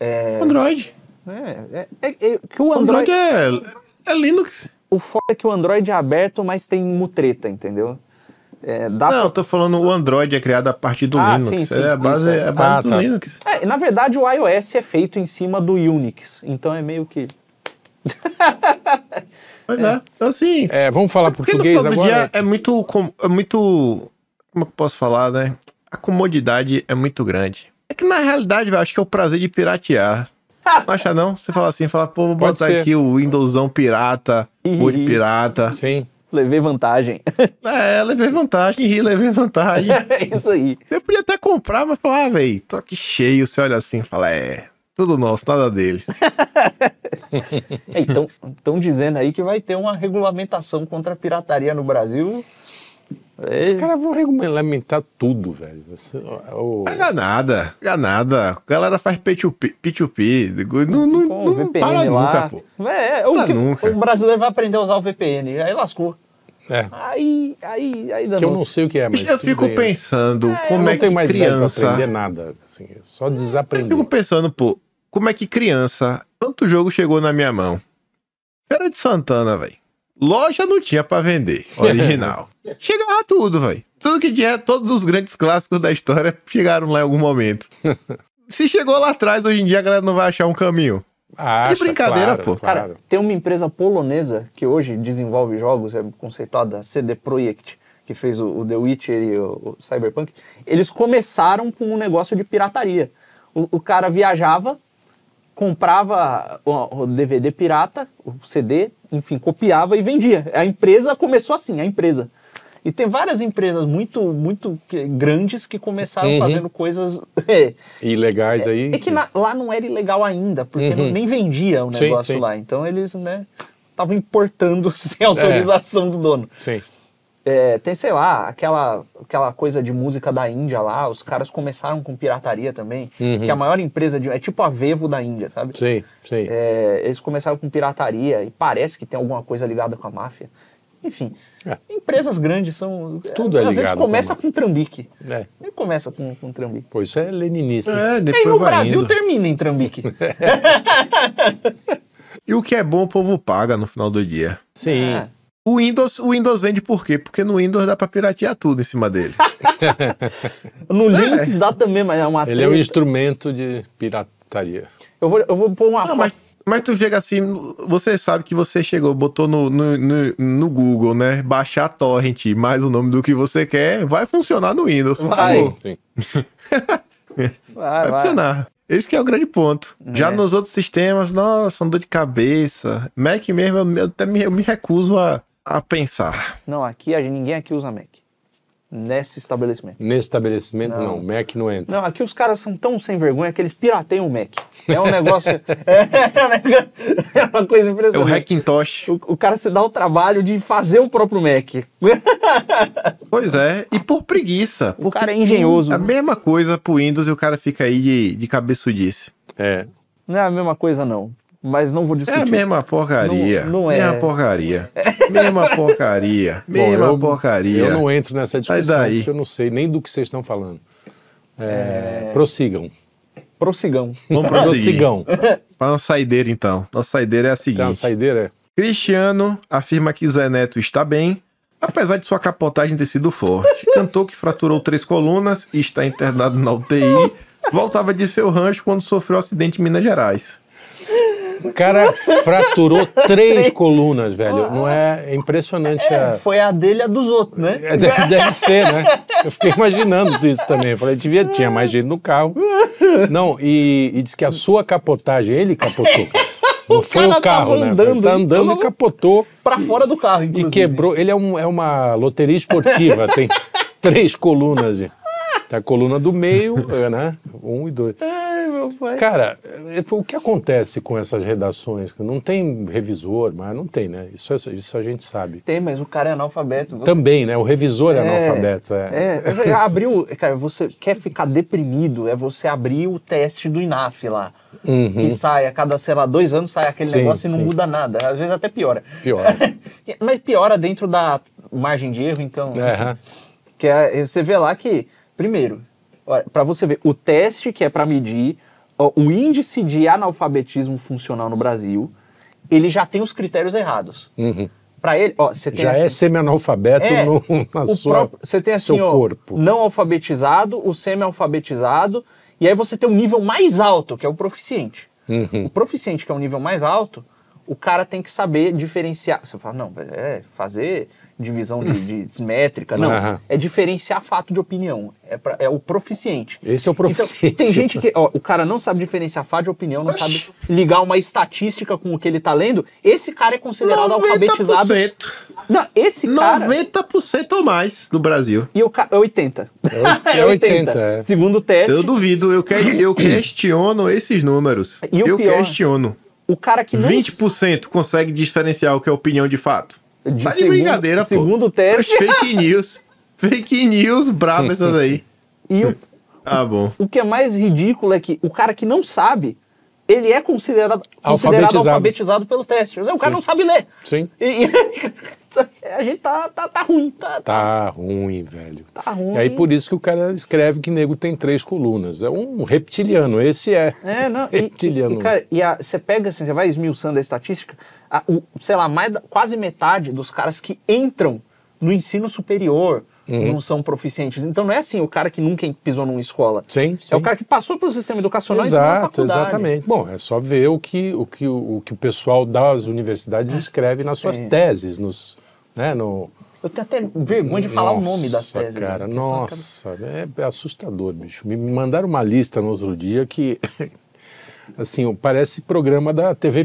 É.
Android.
é- é- é- é que o Android
Android é, é Linux.
O foda é que o Android é aberto, mas tem mutreta, entendeu? É, dá
Não, eu tô falando o Android é criado a partir do
Ah,
Linux.
sim, sim,
é a base,
isso, é.
é a base
Ah,
do
tá.
Linux.
pra- É, na verdade, o iOS é feito em cima do Unix, então é meio que.
Pois é. Então, assim,
É, vamos falar
Porque no final
português
do
agora?
dia é muito, com- é muito. Como é que eu posso falar, né? A comodidade é muito grande. É que na realidade, velho, acho que é o prazer de piratear. Não acha não? Você fala assim, fala, pô, vou
Pode
botar
ser.
aqui o Windowsão pirata,
Ih.
Word pirata.
Sim.
Levei vantagem. (laughs)
É, levei vantagem, ri, levei
(laughs)
vantagem.
é isso aí.
Você podia até comprar, mas falar, ah, velho, tô aqui cheio. Você olha assim e fala, é, tudo nosso, nada deles.
Estão É, então, dizendo aí que vai ter uma regulamentação contra a pirataria no Brasil. É,
Os caras vão regulamentar tudo, velho. Você- o- o- (laughs)
Paga nada, paga nada. A galera faz P2P, P2P não, não,
com o
não
VPN
para
lá.
nunca, pô.
É, é, o,
Para
que-
nunca.
o brasileiro vai aprender a usar o VPN, aí lascou.
é,
Aí, aí, aí
que eu não
danou-se.
sei o que é, mas.
eu
tudo
fico
bem.
pensando
Eu
como
não
é que
tenho mais idade pra aprender
criança.
nada. assim, é só
Eu
desaprender.
fico pensando, pô, como é que criança, tanto jogo chegou na minha mão. Feira de Santana, velho. Loja não tinha pra
(laughs)
vender, original. Chegava tudo, velho. Tudo que tinha, todos os grandes clássicos da história chegaram lá em algum
(laughs)
momento. Se chegou lá atrás, hoje em dia a galera não vai achar um caminho.
Ah,
de brincadeira, pô.
Cara, tem uma empresa polonesa que hoje desenvolve jogos, é conceituada CD Projekt, que fez o, o The Witcher e o, o Cyberpunk. Eles começaram com um negócio de pirataria. O, o cara viajava, comprava o, o DVD pirata, o CD, enfim, copiava e vendia. A empresa começou assim, a empresa. E tem várias empresas muito, muito que- grandes que começaram
Uhum.
fazendo coisas. (laughs)
E legais aí.
É que na- lá não era ilegal ainda, porque não- nem vendia o
Uhum. Sim,
negócio
sim. É.
lá. Então eles, né, estavam importando (laughs) sem autorização do dono.
Sim.
É, tem, sei lá, aquela, aquela coisa de música da Índia lá, os caras começaram com pirataria também,
Uhum.
que é a maior empresa de. É tipo a Vevo da Índia, sabe?
Sim, sim.
É, eles começaram com pirataria e parece que tem alguma coisa ligada com a máfia. Enfim,
É.
empresas grandes são.
Tudo é
Às vezes
ligado com a
começa
máfia.
com trambique.
É.
Ele começa com, com trambique.
Pô, isso é leninista. hein?
É,
E aí
depois
no
vai
Brasil
indo.
termina em trambique.
E o que é bom, o povo paga no final do dia.
(laughs) Sim.
É.
O Windows, o Windows vende por quê? Porque no Windows dá pra piratear tudo em cima dele.
No Linux dá também, mas é uma
Ele é um
treta.
instrumento de pirataria.
eu, vou, eu vou pôr uma
Não,
foto.
Ah, mas, mas tu chega assim, você sabe que você chegou, botou no, no, no, no Google, né? Baixar torrent, mais o nome do que você quer, vai funcionar no Windows.
Vai.
acabou.
Sim.
Vai, funcionar. Esse que é o grande ponto. Já
É.
nos outros sistemas, nossa, uma dor de cabeça. Mac mesmo, eu, eu até me, eu me recuso a, a pensar.
Não, aqui a gente- ninguém aqui usa Mac. Nesse estabelecimento.
Nesse estabelecimento, não. Mac não entra.
Não, aqui os caras são tão sem vergonha que eles pirateiam o Mac. É
(laughs)
um negócio. (laughs) é, um negócio- é uma coisa
É o
impressionante.
Hackintosh.
O, o cara se dá o trabalho de fazer o próprio Mac. (laughs)
Pois é, e por preguiça. O
cara é engenhoso.
A mesma coisa pro Windows e o cara fica aí de, de cabeçudice.
É.
Não é a mesma coisa, não. Mas não vou
É
discutir.
a mesma porcaria.
Não- não é.
Mesma porcaria. mesma porcaria.
Bom,
mesma
eu-
porcaria.
Eu não entro nessa discussão,
daí.
porque eu não sei nem do que vocês estão falando. É, Prossigam.
Prossigão.
Vamos prosseguir. É
Prossigam.
Para nossa saideira, então. Nossa saideira é a seguinte.
Então, a saideira é.
Cristiano afirma que Zé Neto está bem, apesar de sua capotagem ter sido forte. Cantou que fraturou três colunas e está internado na UTI. Voltava de seu rancho quando sofreu um acidente em Minas Gerais.
O cara (laughs) fraturou três colunas, velho. Não é, é impressionante a.
Foi a dele e a dos outros, né?
É, deve, deve ser, né? Eu fiquei imaginando isso também. Eu falei, devia, tinha mais gente no carro. Não, e, e diz que a sua capotagem, ele capotou. Não foi
cara
o carro,
tava
né?
andando,
tá andando e
tava-
capotou
Pra fora do carro,
e
inclusive.
quebrou. Ele é, um- é uma loteria esportiva, (laughs) tem três colunas. gente. Tem a coluna do meio, é, né? Um e dois.
Ai, meu pai.
Cara, é, o que acontece com essas redações? Não tem revisor, mas não tem, né? Isso, isso a gente sabe.
Tem, mas o cara é analfabeto. Você-
Também, né? O revisor é,
É,
analfabeto.
É, você abrir o- Cara, você quer ficar deprimido, é você abrir o teste do INAF lá. Que sai a cada, sei lá, dois anos sai aquele
Uhum. Sim,
negócio e não
sim.
muda nada. Às vezes até piora.
Piora.
(laughs) Mas piora dentro da margem de erro, então.
É, Aham.
Que é- você vê lá que, primeiro, olha, pra você ver, o teste que é pra medir ó, o índice de analfabetismo funcional no Brasil, ele já tem os critérios errados.
Uhum.
Pra ele, ó, você tem
Já é
assim-
semi-analfabeto
é,
no (laughs) na
o
sua,
próprio- você tem assim,
seu
ó,
corpo.
não alfabetizado, o semi-alfabetizado, e aí você tem o nível mais alto, que é o proficiente.
Uhum.
O proficiente, que é o nível mais alto, o cara tem que saber diferenciar. Você fala, não, é fazer divisão de, de desmétrica, não.
Aham.
É diferenciar fato de opinião. É, pra- é o proficiente.
Esse é o proficiente.
Então, tem gente que, ó, o cara não sabe diferenciar fato de opinião, não sabe ligar uma estatística com o que ele tá lendo. Esse cara é considerado alfabetizado.
90%.
Não, esse cara.
90% ou mais no Brasil.
E o ca... é 80.
É o- é 80, é.
Segundo o teste,
Eu duvido, eu, que- eu questiono esses números.
E o
eu
pior?
questiono.
o cara que não...
20% consegue diferenciar o que é opinião de fato.
De
tá de
segundo-
brincadeira, pô.
segundo
As
teste
fake news. Fake news braba essas aí.
e o,
Tá bom.
o que é mais ridículo é que o cara que não sabe, ele é considerado considerado
Alfabetizado.
alfabetizado pelo teste. O cara não sabe ler.
Sim.
E- (laughs) e- a gente tá, tá, tá ruim, tá, tá.
Tá ruim, velho.
ruim.
E aí por isso que o cara escreve que nego tem três colunas. É um reptiliano, esse é.
É,
(laughs)
não. E,
reptiliano.
e, cara, e a- você pega assim, você vai esmiuçando a estatística, a- o, sei lá, mais, da- quase metade dos caras que entram no ensino superior
Uhum.
não são proficientes. Então não é assim o cara que nunca pisou numa escola.
Sim, sim.
É o cara que passou pelo sistema educacional e entrou na
Exato,
faculdade.
exatamente. Bom, é só ver o que o, que, o, que o pessoal das universidades
É.
escreve nas suas
Sim.
teses, nos, né, no...
Eu tenho até vergonha de falar o nome das
Nossa,
teses. né?
Cara,
Porque são
nossa, é assustador, bicho. Me me mandaram uma lista no outro dia que, (laughs) assim, parece programa da TV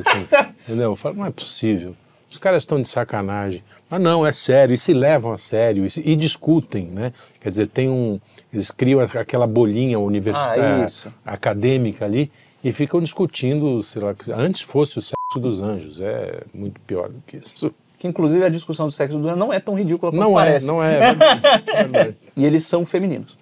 (laughs)
assim, entendeu? Eu falo, não é possível. Os caras estão de sacanagem. Mas não, é sério, e se levam a sério, e, se- e discutem, né? Quer dizer, tem um... Eles criam a- aquela bolinha
Ah,
universitária,
isso.
acadêmica ali, e ficam discutindo, sei lá, que- antes fosse o sexo dos anjos. É muito pior do que isso.
Que inclusive a discussão do sexo do ano não é tão ridícula quanto
Não é,
parece.
não
(laughs)
é. é verdade, é verdade.
E eles são femininos.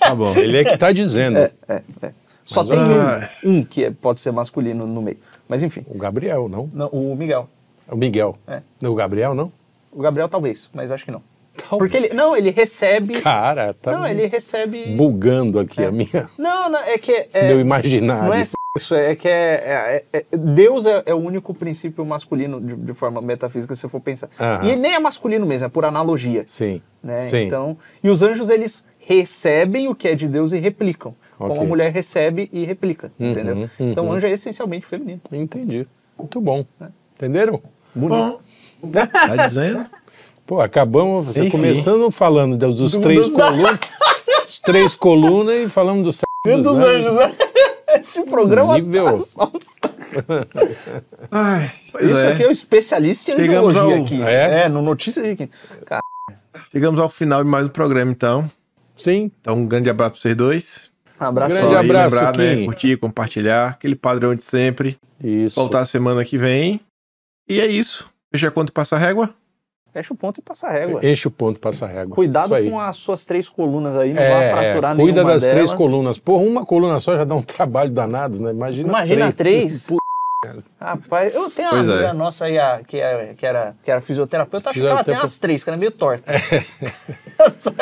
Tá bom.
Ele é que tá dizendo.
É, é, é. Só
Mas,
tem
ah.
um, um que é- pode ser masculino no meio. Mas enfim,
O Gabriel, não?
não, o Miguel.
O Miguel.
É.
O Gabriel, não?
O Gabriel talvez, mas acho que não.
Talvez.
Porque ele. Não, ele recebe.
Cara, tá
não, ele recebe.
bugando aqui a minha,
Não, não, é que. É,
meu imaginário.
não é c- Isso é que é, é- é- Deus é, é o único princípio masculino de, de forma metafísica, se você for pensar.
Aham.
E ele nem é masculino mesmo, é por analogia.
Sim.
né?
Sim.
Então, e os anjos eles recebem o que é de Deus e replicam. Como
Ok.
a mulher recebe e replica,
Uhum,
entendeu?
uhum.
Então, anjo é essencialmente feminino.
Entendi. Muito bom.
É.
Entenderam?
Bom, tá dizendo?
Pô, acabamos você
Enfim.
começando falando dos, dos
Do-
três
dos- (laughs)
colunas, os três colunas e falamos do
Meu (laughs)
sexo
dos anjos, né? (laughs) Esse programa
Nível.
tá só-
Ai, pois
Isso
é.
aqui é o especialista em
Chegamos
angiologia
ao-
aqui.
É?
no Notícias de Quinta. Cara,
Chegamos ao final de mais um programa, então.
Sim.
Então, um grande abraço pra vocês dois.
um abraço.
Grande
Só aí
abraço,
lembrar,
Kim.
né? Curtir, compartilhar, aquele padrão de sempre.
Isso.
Voltar semana que vem. E é isso. Deixa quanto passa a régua.
Fecha o ponto e passa a régua.
Enche o ponto, passa a régua.
Cuidado
É, Isso aí.
com as suas três colunas aí, não
É,
vá fraturar
é,
nenhuma
cuida das
delas.
três colunas. Porra, uma coluna só já dá um trabalho danado, né? Imagina,
Imagina três.
Puta,
Rapaz, eu tenho uma
Pois é.
amiga nossa aí a- que, é- que era, que era fisioterapeuta, acho que ela tem
Fisioterapeuta.
as três, que ela é meio torta.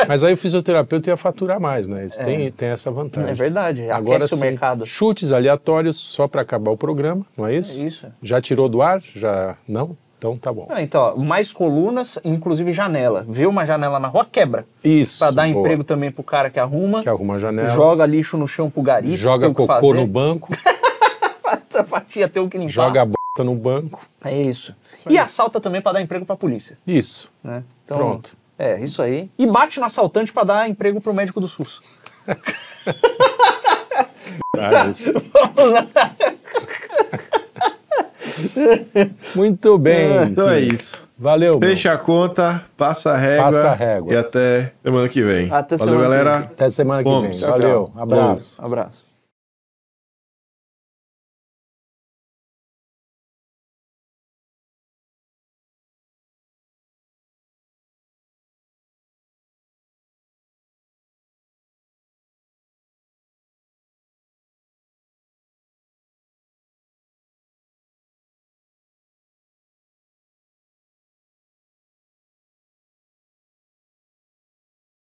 Mas aí o fisioterapeuta ia faturar mais, né? Isso
É.
Tem, tem essa vantagem.
É verdade,
Agora
aquece o
sim,
mercado.
chutes aleatórios só para acabar o programa, não é
É
isso?
Isso.
Já tirou do ar? Já não? Então tá bom.
Não, então, ó, mais colunas, inclusive janela. Vê uma janela na rua, quebra.
Isso.
Pra dar
boa.
emprego também pro cara que arruma.
Que arruma a janela.
Joga lixo no chão pro garito.
joga
tem o que
cocô
fazer.
no
(laughs)
banco,
Essa fatia tem o que limpar.
joga a bota no banco.
É isso.
aí.
E assalta também pra dar emprego pra polícia.
Isso.
né? Então,
Pronto.
É, isso aí. E bate no assaltante pra dar emprego pro médico do SUS.
É
Ah, isso. Muito bem.
Então é isso.
Valeu. meu.
Fecha a conta, passa a régua.
Passa a régua.
E até semana que vem.
Até
Valeu,
semana que
galera.
vem.
Até semana que
Vamos.
vem.
Tchau,
Valeu.
tchau.
Abraço.
Abraço.